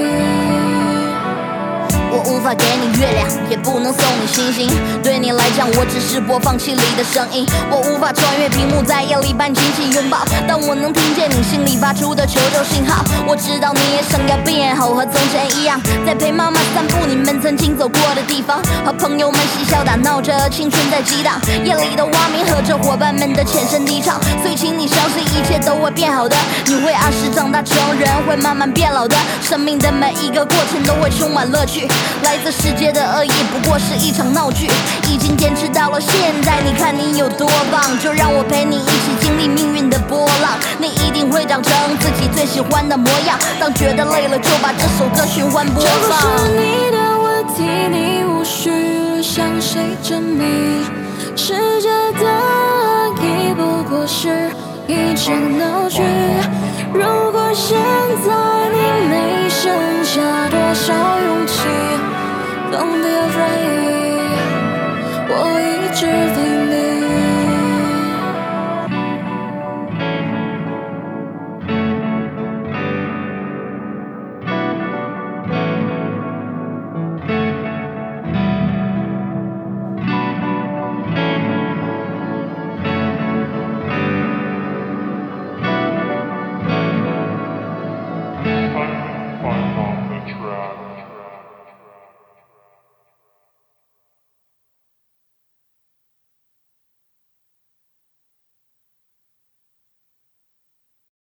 法给你月亮，也不能送你星星。对你来讲，我只是播放器里的声音，我无法穿越屏幕，在夜里把你紧紧拥抱，但我能听见你心里发出的求救信号。我知道你也想要变好，和从前一样，在陪妈妈散步，你们曾经走过的地方，和朋友们嬉笑打闹着，青春在激荡。夜里的蛙鸣和着伙伴们的浅声低唱，所以请你相信，一切都会变好的。你会按时长大成人，会慢慢变老的。生命的每一个过程都会充满乐趣。来自世界的恶意不过是一场闹剧，已经坚持到了现在，你看你有多棒！就让我陪你一起经历命运的波浪，你一定会长成自己最喜欢的模样。当觉得累了，就把这首歌循环播这不放。是你的问题，你无需向谁证明。世界的恶意不过是一场闹剧。如果现在你没剩下多少勇气，更别非议。